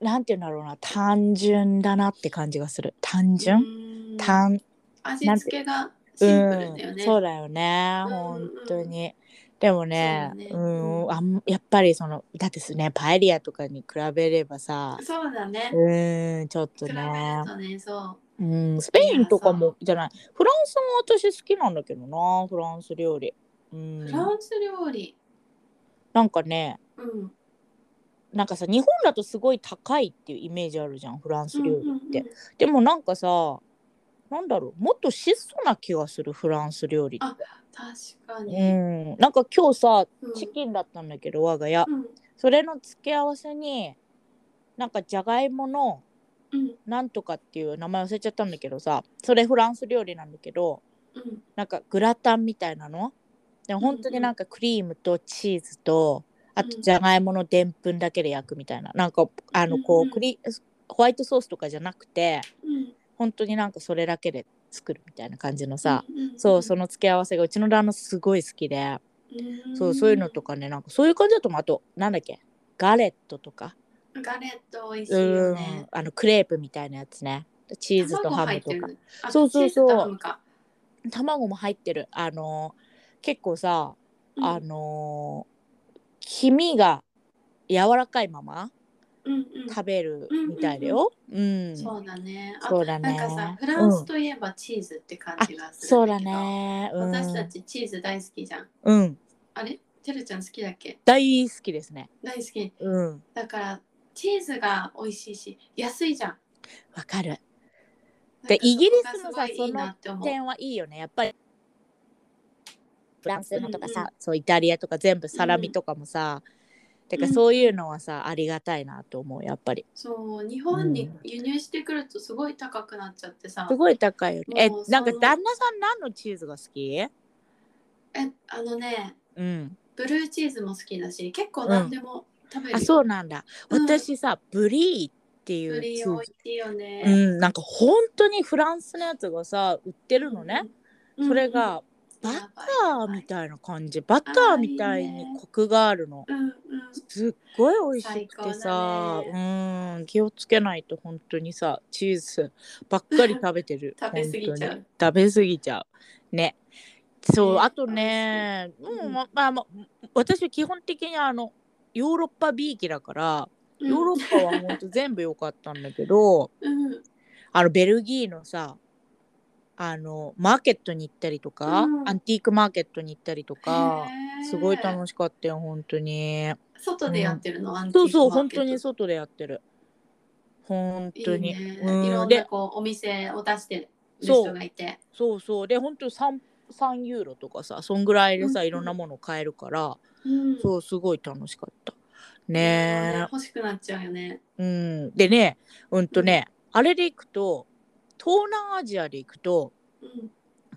S1: なんて言うんだろうな単純だなって感じがする単純、
S2: うん
S1: 単
S2: 味付けがシンプルだよ
S1: うん、
S2: ね、
S1: そうだよね、
S2: うんうん
S1: 本当にでもねう
S2: そうだね
S1: ん
S2: うん
S1: あんやっぱりそのだってすねパエリアとかに比べればさ
S2: そうだね。
S1: うんちょっと
S2: 比べる
S1: ね、
S2: とね、そう。
S1: うん、スペインとかもじゃないフランスも私好きなんだけどなフランス料理、うん
S2: フ、ランス料理。
S1: なんかね
S2: うん。
S1: なんかさ日本だとすごい高いっていうイメージあるじゃんフランス料理、
S2: うんうんうん
S1: てでもなんかさなんだろうもっと質素な気がするフランス料理って
S2: 確か
S1: う
S2: に。
S1: んなんか今日さ
S2: うん
S1: チキンだったんだけど我が家
S2: うん。
S1: それの付け合わせになんかじゃがいもの
S2: うん。
S1: なんとかっていう名前忘れちゃったんだけどさそれフランス料理なんだけど
S2: うん。
S1: なんかグラタンみたいなので本当になんかクリームとチーズとあと
S2: うん
S1: じゃがいものでんぷんだけで焼くみたいななんかあのこ
S2: うんう
S1: うんクリホワイトソースとかじゃなくて
S2: うん。
S1: 本当になんかそれだけで作るみたいな感じのさ、
S2: うんうん
S1: そうその付け合わせがうちの旦那すごい好きで、そうそういうのとかねなんかそういう感じだと思うあとなんだっけガレットとか、
S2: うんガレット美味しいうよ
S1: ん
S2: ね
S1: あのクレープみたいなやつねチーズとハムとか
S2: 卵入ってるあ
S1: そうそうそう
S2: チーズとハムか
S1: 卵も入ってるあのー結構さ、
S2: うん
S1: あのー黄身が柔らかいまま
S2: うんうん
S1: 食べるみたいだよ。うん
S2: そうだねあ
S1: そうだね。
S2: なんかさフランス
S1: うん
S2: といえばチーズって感
S1: あ
S2: じがする
S1: そうんだ
S2: けど
S1: ね。うん
S2: 私たちチーズ大好きじゃん
S1: うん
S2: あれてるちゃん好きだっけ
S1: 大好きですね。
S2: 大好き
S1: うん
S2: だからチーズが美味しいし安いじゃん
S1: わかる。
S2: なん
S1: で
S2: か
S1: イギリスも
S2: そこが
S1: さ
S2: す
S1: そ
S2: ごいいいな
S1: の
S2: って思う
S1: 点はいいよねやっぱり。フランスのとかさ、
S2: うんう
S1: そうイタリアとか全部サラミとかもさ、てかそういうのはさありがたいなと思うやっぱり。
S2: そう日本に輸入してくるとすごい高くなっちゃってさ、
S1: すごい高いよね。え
S2: もうそ
S1: なん
S2: の
S1: か旦那さん何のチーズが好き
S2: えあのね
S1: うん、
S2: ブルーチーズも好きだし結構何でも食べる
S1: あ
S2: よ、
S1: そうなんだ、
S2: うん
S1: 私さブリーっていう
S2: ブリ
S1: チ
S2: ー美
S1: ー
S2: 味
S1: ズ
S2: しいよね、
S1: うん、なんか本当にフランスのやつがさ売ってるのね、
S2: うん、
S1: それがバ
S2: やばい
S1: ターみたいな感じバターみたいにコクがあるの
S2: うんうん
S1: すっごい美味しくて
S2: 最高
S1: さ、うん気をつけないと本当にさチーズばっかり食べてる
S2: [LAUGHS] 食べ過ぎちゃう
S1: 本当に食べ過ぎちゃうねそう、
S2: ね
S1: あとね
S2: う
S1: うんんままあまあ私は基本的にあのヨーロッパビーキだから
S2: うん
S1: ヨーロッパは本当全部良かったんだけ
S2: [LAUGHS]
S1: ど
S2: うん
S1: あのベルギーのさあのマーケットに行ったりとか、
S2: うん
S1: アンティークマーケットに行ったりとか
S2: へー
S1: すごい楽しかったよ本当に。
S2: 外でやってるの、アンティ
S1: そ
S2: ー
S1: うそう、
S2: クマー
S1: 本
S2: ケッ
S1: 当
S2: ト
S1: に外でやってる。本当に。
S2: いいね、
S1: うん
S2: いろんな
S1: で、
S2: こうお店を出してる人がいて
S1: そうそう、で、本当三三ユーロとかさ、そんぐらいで
S2: うんう
S1: さ、
S2: ん
S1: いろんなもの買えるから、
S2: う、ん、
S1: そう、すごい楽しかった。
S2: そう
S1: ね
S2: 欲しくなっちゃうよね
S1: え、うん、でね、うんとね、あれで行くと、東南アジアで行くと、
S2: うん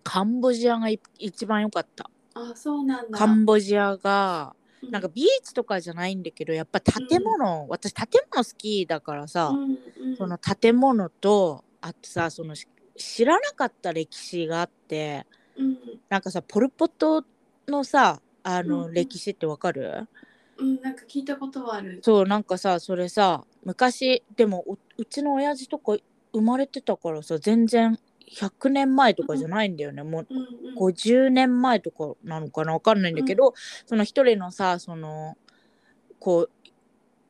S1: カンボジアがい一番良かった。
S2: あそうなんだ
S1: カンボジアが、
S2: うん
S1: なんかビーチとかじゃないんだけど、やっぱ建物、私建物好きだからさ、
S2: うんうん
S1: その建物とあとさそのし知らなかった歴史があって
S2: うん
S1: なんかさポル・ポトのさあ
S2: うんう
S1: の
S2: ん
S1: 歴史ってわかる、
S2: うん、なんか聞いたことはある
S1: そうなんかさそれさ昔でもううちの親父とか生まれてたからさ全然100年前とかじゃないんだよね、もう
S2: うんうん
S1: 50年前とかなのかなわかんないんだけど、その一人のさそのこう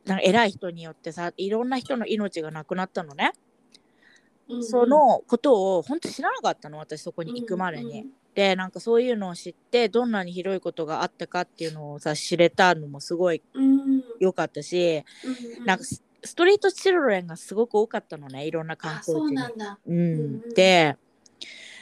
S1: なんか偉い人によってさいろんな人の命がなくなったのね。
S2: うんうん
S1: そのことを本当知らなかったの私そこに行くまでに。でなんかそういうのを知ってどんなにひどいことがあったかっていうのをさ知れたのもすごい
S2: うんうん
S1: 良かったし、
S2: うん
S1: なんかスストリートチルドレンがすごく多かったのねいろんな観
S2: あ
S1: 光
S2: そう
S1: 地に
S2: な。んだ
S1: うん
S2: うんうん
S1: で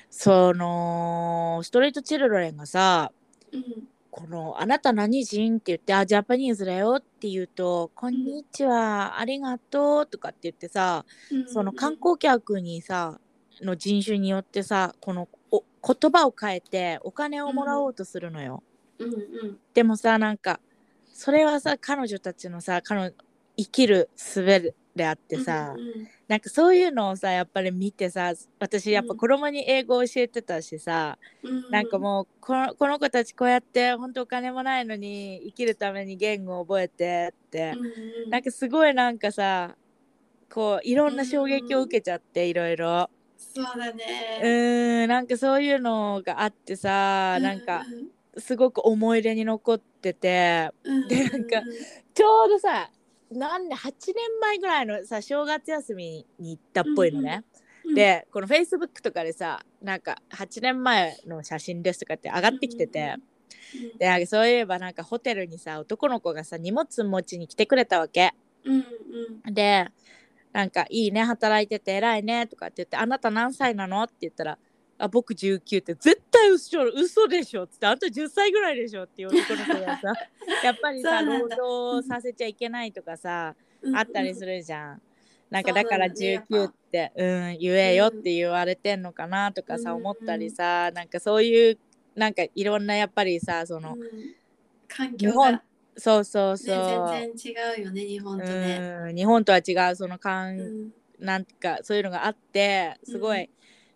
S1: そのストリートチルドレンがさ
S2: うん
S1: この「あなた何人?」って言って「あジャパニーズだよ」って言うと「こんにちはありがとう」とかって言ってさ
S2: うん
S1: その観光客にさの人種によってさこのお言葉を変えてお金をもらおうとするのよ。
S2: うんうん
S1: でもさなんかそれはさ彼女たちのさ彼女生きる術であってさ、
S2: うんうん
S1: なんかそういうのをさやっぱり見てさ私やっぱ子供に英語を教えてたしさ、
S2: うん
S1: なんかもうこのこの子たちこうやって本当お金もないのに生きるために言語を覚えてって
S2: う、んうん
S1: なんかすごいなんかさこういろんな衝撃を受けちゃっていろいろ
S2: そうだね
S1: うーんなんかそういうのがあってさなんか
S2: うん
S1: すごく思い出に残ってて
S2: うんうん
S1: でなんかちょうどさなんで8年前ぐらいのさ正月休みに行ったっぽいのね、
S2: うんうん
S1: でこのフェイスブックとかでさなんか8年前の写真ですとかって上がってきてて、
S2: うん
S1: でなんかそういえばなんかホテルにさ男の子がさ荷物持ちに来てくれたわけ。
S2: うん
S1: でなんか「いいね働いてて偉いね」とかって言って「あなた何歳なの?」って言ったら「あ僕19」って「絶対嘘嘘でしょ」っつって「あんた10歳ぐらいでしょ」っていう男の子が
S2: [LAUGHS]
S1: さやっぱりさ
S2: そうなん
S1: 労
S2: だ
S1: 働させちゃいけないとかさ
S2: うん
S1: あったりするじゃん。なんか
S2: そう
S1: だ
S2: なんだ
S1: から
S2: ねやっぱ
S1: 19って、うん、言えよって言われてんのかなとかさ、
S2: うん
S1: 思ったりさなんかそういうなんかいろんなやっぱりさその、
S2: うん環境
S1: 日本
S2: がね
S1: そうそうそう、
S2: 全然違うよね日本とね
S1: うん、日本とは違うその環
S2: うん
S1: なんかそういうのがあってすごい、
S2: うん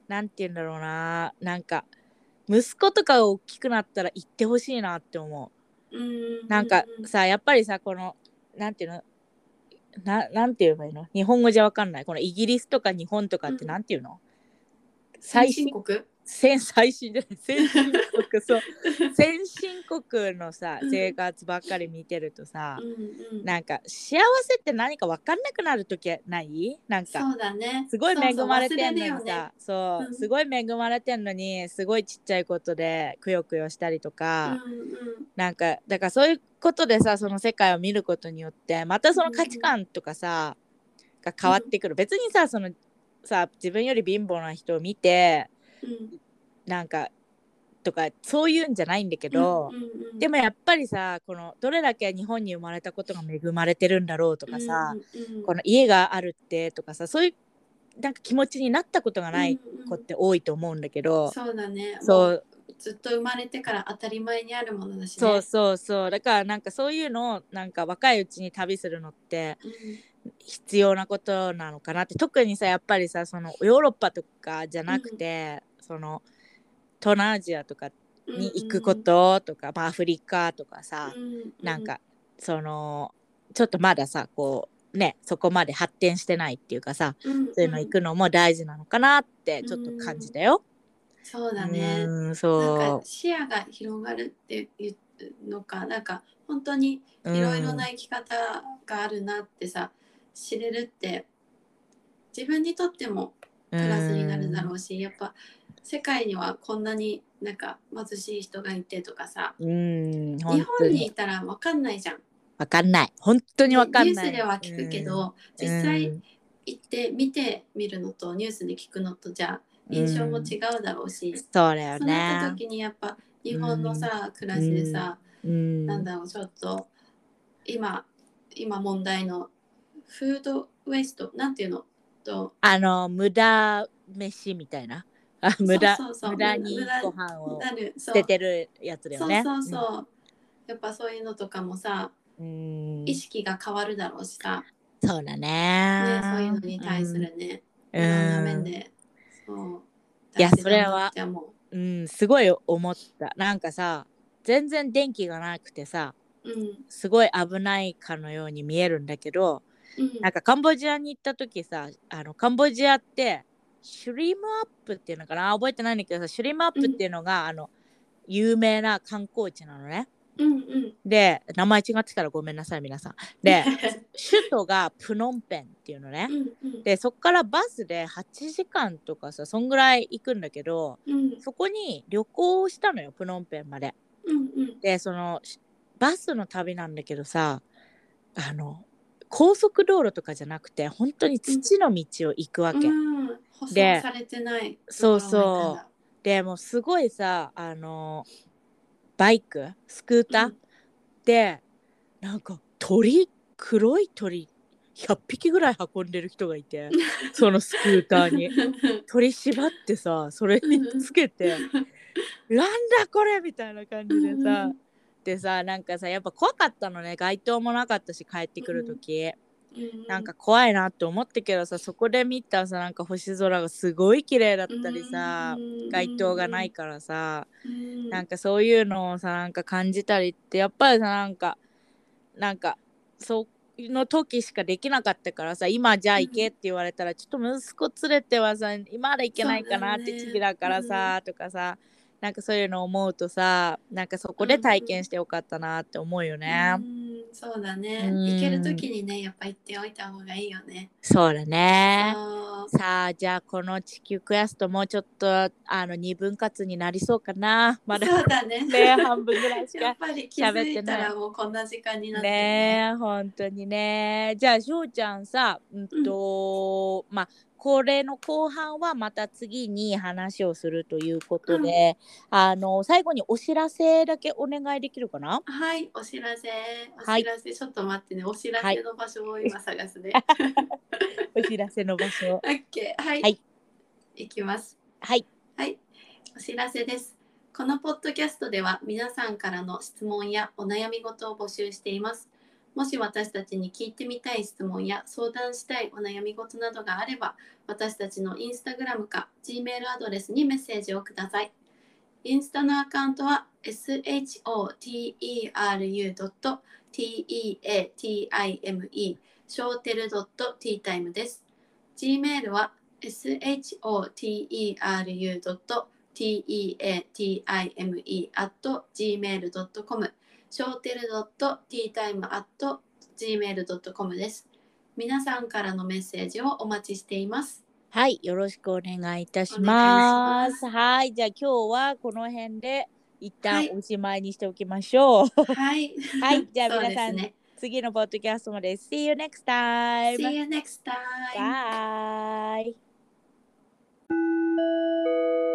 S1: なんて言うんだろうななんか息子とかが大きくなったら行ってほしいなって思
S2: うん
S1: うなんかさやっぱりさこのなんていうのななんて言えばいいの日本語じゃわかんないこのイギリスとか日本とかって
S2: うん
S1: なんて言うの、
S2: 最
S1: 最新
S2: 新国
S1: 先最新じゃない
S2: [LAUGHS]
S1: 先進国そう先進国のさ
S2: うん
S1: 生活ばっかり見てるとさ、
S2: うんうん
S1: なんか幸せって何か分かんなくなる時ないなんか
S2: そうだね
S1: すごい恵まれてんのに
S2: そうそう忘れるよね
S1: さそう
S2: うん
S1: すごい恵まれてんのにすごいちっちゃいことでくよくよしたりとか、なんかだからそういうことでさその世界を見ることによってまたその価値観とかさ、が変わってくる別にさそのさ自分より貧乏な人を見て
S2: うんうん
S1: なんかとかそういうんじゃないんだけ
S2: うん
S1: ど、
S2: うんうんうん
S1: でもやっぱりさこのどれだけ日本に生まれたことが恵まれてるんだろうとかさ、
S2: うんうん
S1: この家があるってとかさそういうなんか気持ちになったことがない子って多いと思うんだけど、
S2: そうだね
S1: そ
S2: も
S1: う
S2: うずっと生まれてから当たり前にあるものだしね
S1: そうそうそうだからなんかそういうのをなんか若いうちに旅するのって必要なことなのかなって特にさやっぱりさそのヨーロッパとかじゃなくて、その東南アジアとか
S2: うん
S1: に行くこととか、まあ、アフリカとかさ、
S2: うんうん
S1: なんかそのちょっとまださこうねそこまで発展してないっていうかさそういうの行
S2: んん
S1: くのも大事なのかなってちょっと感じたよ。
S2: そうだ
S1: う
S2: ね
S1: ん
S2: なん
S1: そ
S2: か視野が広がるっていうのかなんか本当に
S1: う。
S2: いろいろな
S1: うん
S2: 生き方があるなってさ知れるって自分にとってもプラスになるだろうしやっぱ世界にはこんなになんか貧しい人がいてとかさ
S1: うん、
S2: 日
S1: 本当
S2: 本に
S1: に
S2: いたら分かんないじゃん。
S1: わかんない。本当にわかん
S2: ニュ
S1: な
S2: ー
S1: い。
S2: スでは聞くけ
S1: うん、
S2: ど、実際行って見てみるのとニュースで聞くのとじゃあ印象も違うだろうし、
S1: うんそうだよ
S2: そうなった
S1: ね。
S2: 時にやっぱ日本のさ、暮らしでさ、
S1: うん
S2: なんだろうちょっと今今問題のフードウェイストなんていうのと
S1: あの無駄飯みたいな。あ無駄
S2: そうそうそう
S1: 無駄に
S2: 無駄
S1: ご飯を
S2: なるそ
S1: 捨
S2: う
S1: ててるやつだよね。
S2: そうそうそう、やっぱそういうのとかもさ
S1: うん。うん
S2: 意識が変わるだろうしさ、
S1: そうだね
S2: ね、そういうのに対するね、
S1: うん
S2: いろんな面でそう
S1: いや
S2: 大事だなって思う
S1: うん、すごい思ったなんかさ全然電気がなくてさ
S2: うん
S1: すごい危ないかのように見えるんだけど
S2: うん
S1: なんかカンボジアに行った時さあのカンボジアってシュリムアップっていうのかな覚えてないんだけどさシュリムアップっていうのが、あの有名な観光地なのね
S2: うんうん
S1: で名前違ってたらごめんなさい皆さんで首都がプノンペンっていうのね
S2: [LAUGHS] うんうん
S1: でそっからバスで8時間とかさそんぐらい行くんだけど
S2: うん
S1: そこに旅行をしたのよプノンペンまで。
S2: うんうん
S1: でそのしバスの旅なんだけどさあの高速道路とかじゃなくて本当に土の道を行くわけ、
S2: うん舗装
S1: で
S2: されてない
S1: そうそうでもうすごいさあのバイクスクーター、
S2: うん
S1: でなんか鳥黒い鳥100匹ぐらい運んでる人がい
S2: [LAUGHS]
S1: てそのスクーター [LAUGHS] に鳥縛ってさそれにつけて「なんだこれ!」みたいな感じでさ、
S2: うん
S1: でさなんかさやっぱ怖かったのね街灯もなかったし帰ってくる時、なんか怖いなって思ったけどさそこで見たさなんか星空がすごい綺麗だったりさ、街灯がないからさ、なん
S2: か
S1: かそういうのをさなんか感じたりってやっぱりさなんかなんかそうの時しかできなかったからさ今じゃあ行けって言われたら、ちょっと息子連れてはさ今まで行けないかなって
S2: そうだよね
S1: 時だからさ、とかさなんかそういうの思うとさなんかそこで体験してよかったなって思うよね、
S2: そうだね
S1: うん
S2: 行ける時にねやっぱ行っておいた方がいいよね
S1: そうだね
S2: そう
S1: さあじゃあこの地球クエストもうちょっとあの二分割になりそうかなまだ
S2: そうだね
S1: ね半分ぐらいし
S2: [LAUGHS] や
S1: か
S2: っぱり気づいたらもうこんな時間になってる
S1: ねえ本当にねじゃあしょうちゃんさうんと、まあこれの後半はまた次に話をするということで、あの最後にお知らせだけお願いできるかな
S2: はいお知らせお
S1: はい
S2: 知らせちょっと待ってねお知らせの場所を今探すね
S1: お知らせの場所
S2: オッケーはい、
S1: はい、
S2: きます
S1: はい
S2: はい、お知らせです。このポッドキャストでは皆さんからの質問やお悩み事を募集しています。もし私たちに聞いてみたい質問や相談したいお悩み事などがあれば、私たちのインスタグラムか G メールアドレスにメッセージをください。インスタのアカウントは shotru.teatime ショーテル .teatime です。G メールは shoteru.teatime.gmail.com ショーテル .teatime.gmail.com です。皆さんからのメッセージをお待ちしてい
S1: [LAUGHS]
S2: ます。
S1: はい、よろしくお願いいたし
S2: お願
S1: ま
S2: いし
S1: す。はい、じゃあ今日はこの辺で一
S2: は
S1: 旦
S2: い
S1: おしまいにしておきましょう。
S2: はい。
S1: はい、じゃあ
S2: そうで
S1: 皆さ
S2: す
S1: ん、
S2: ね。
S1: 次のポッドキャストまで See you next time!
S2: See you next time.
S1: Bye!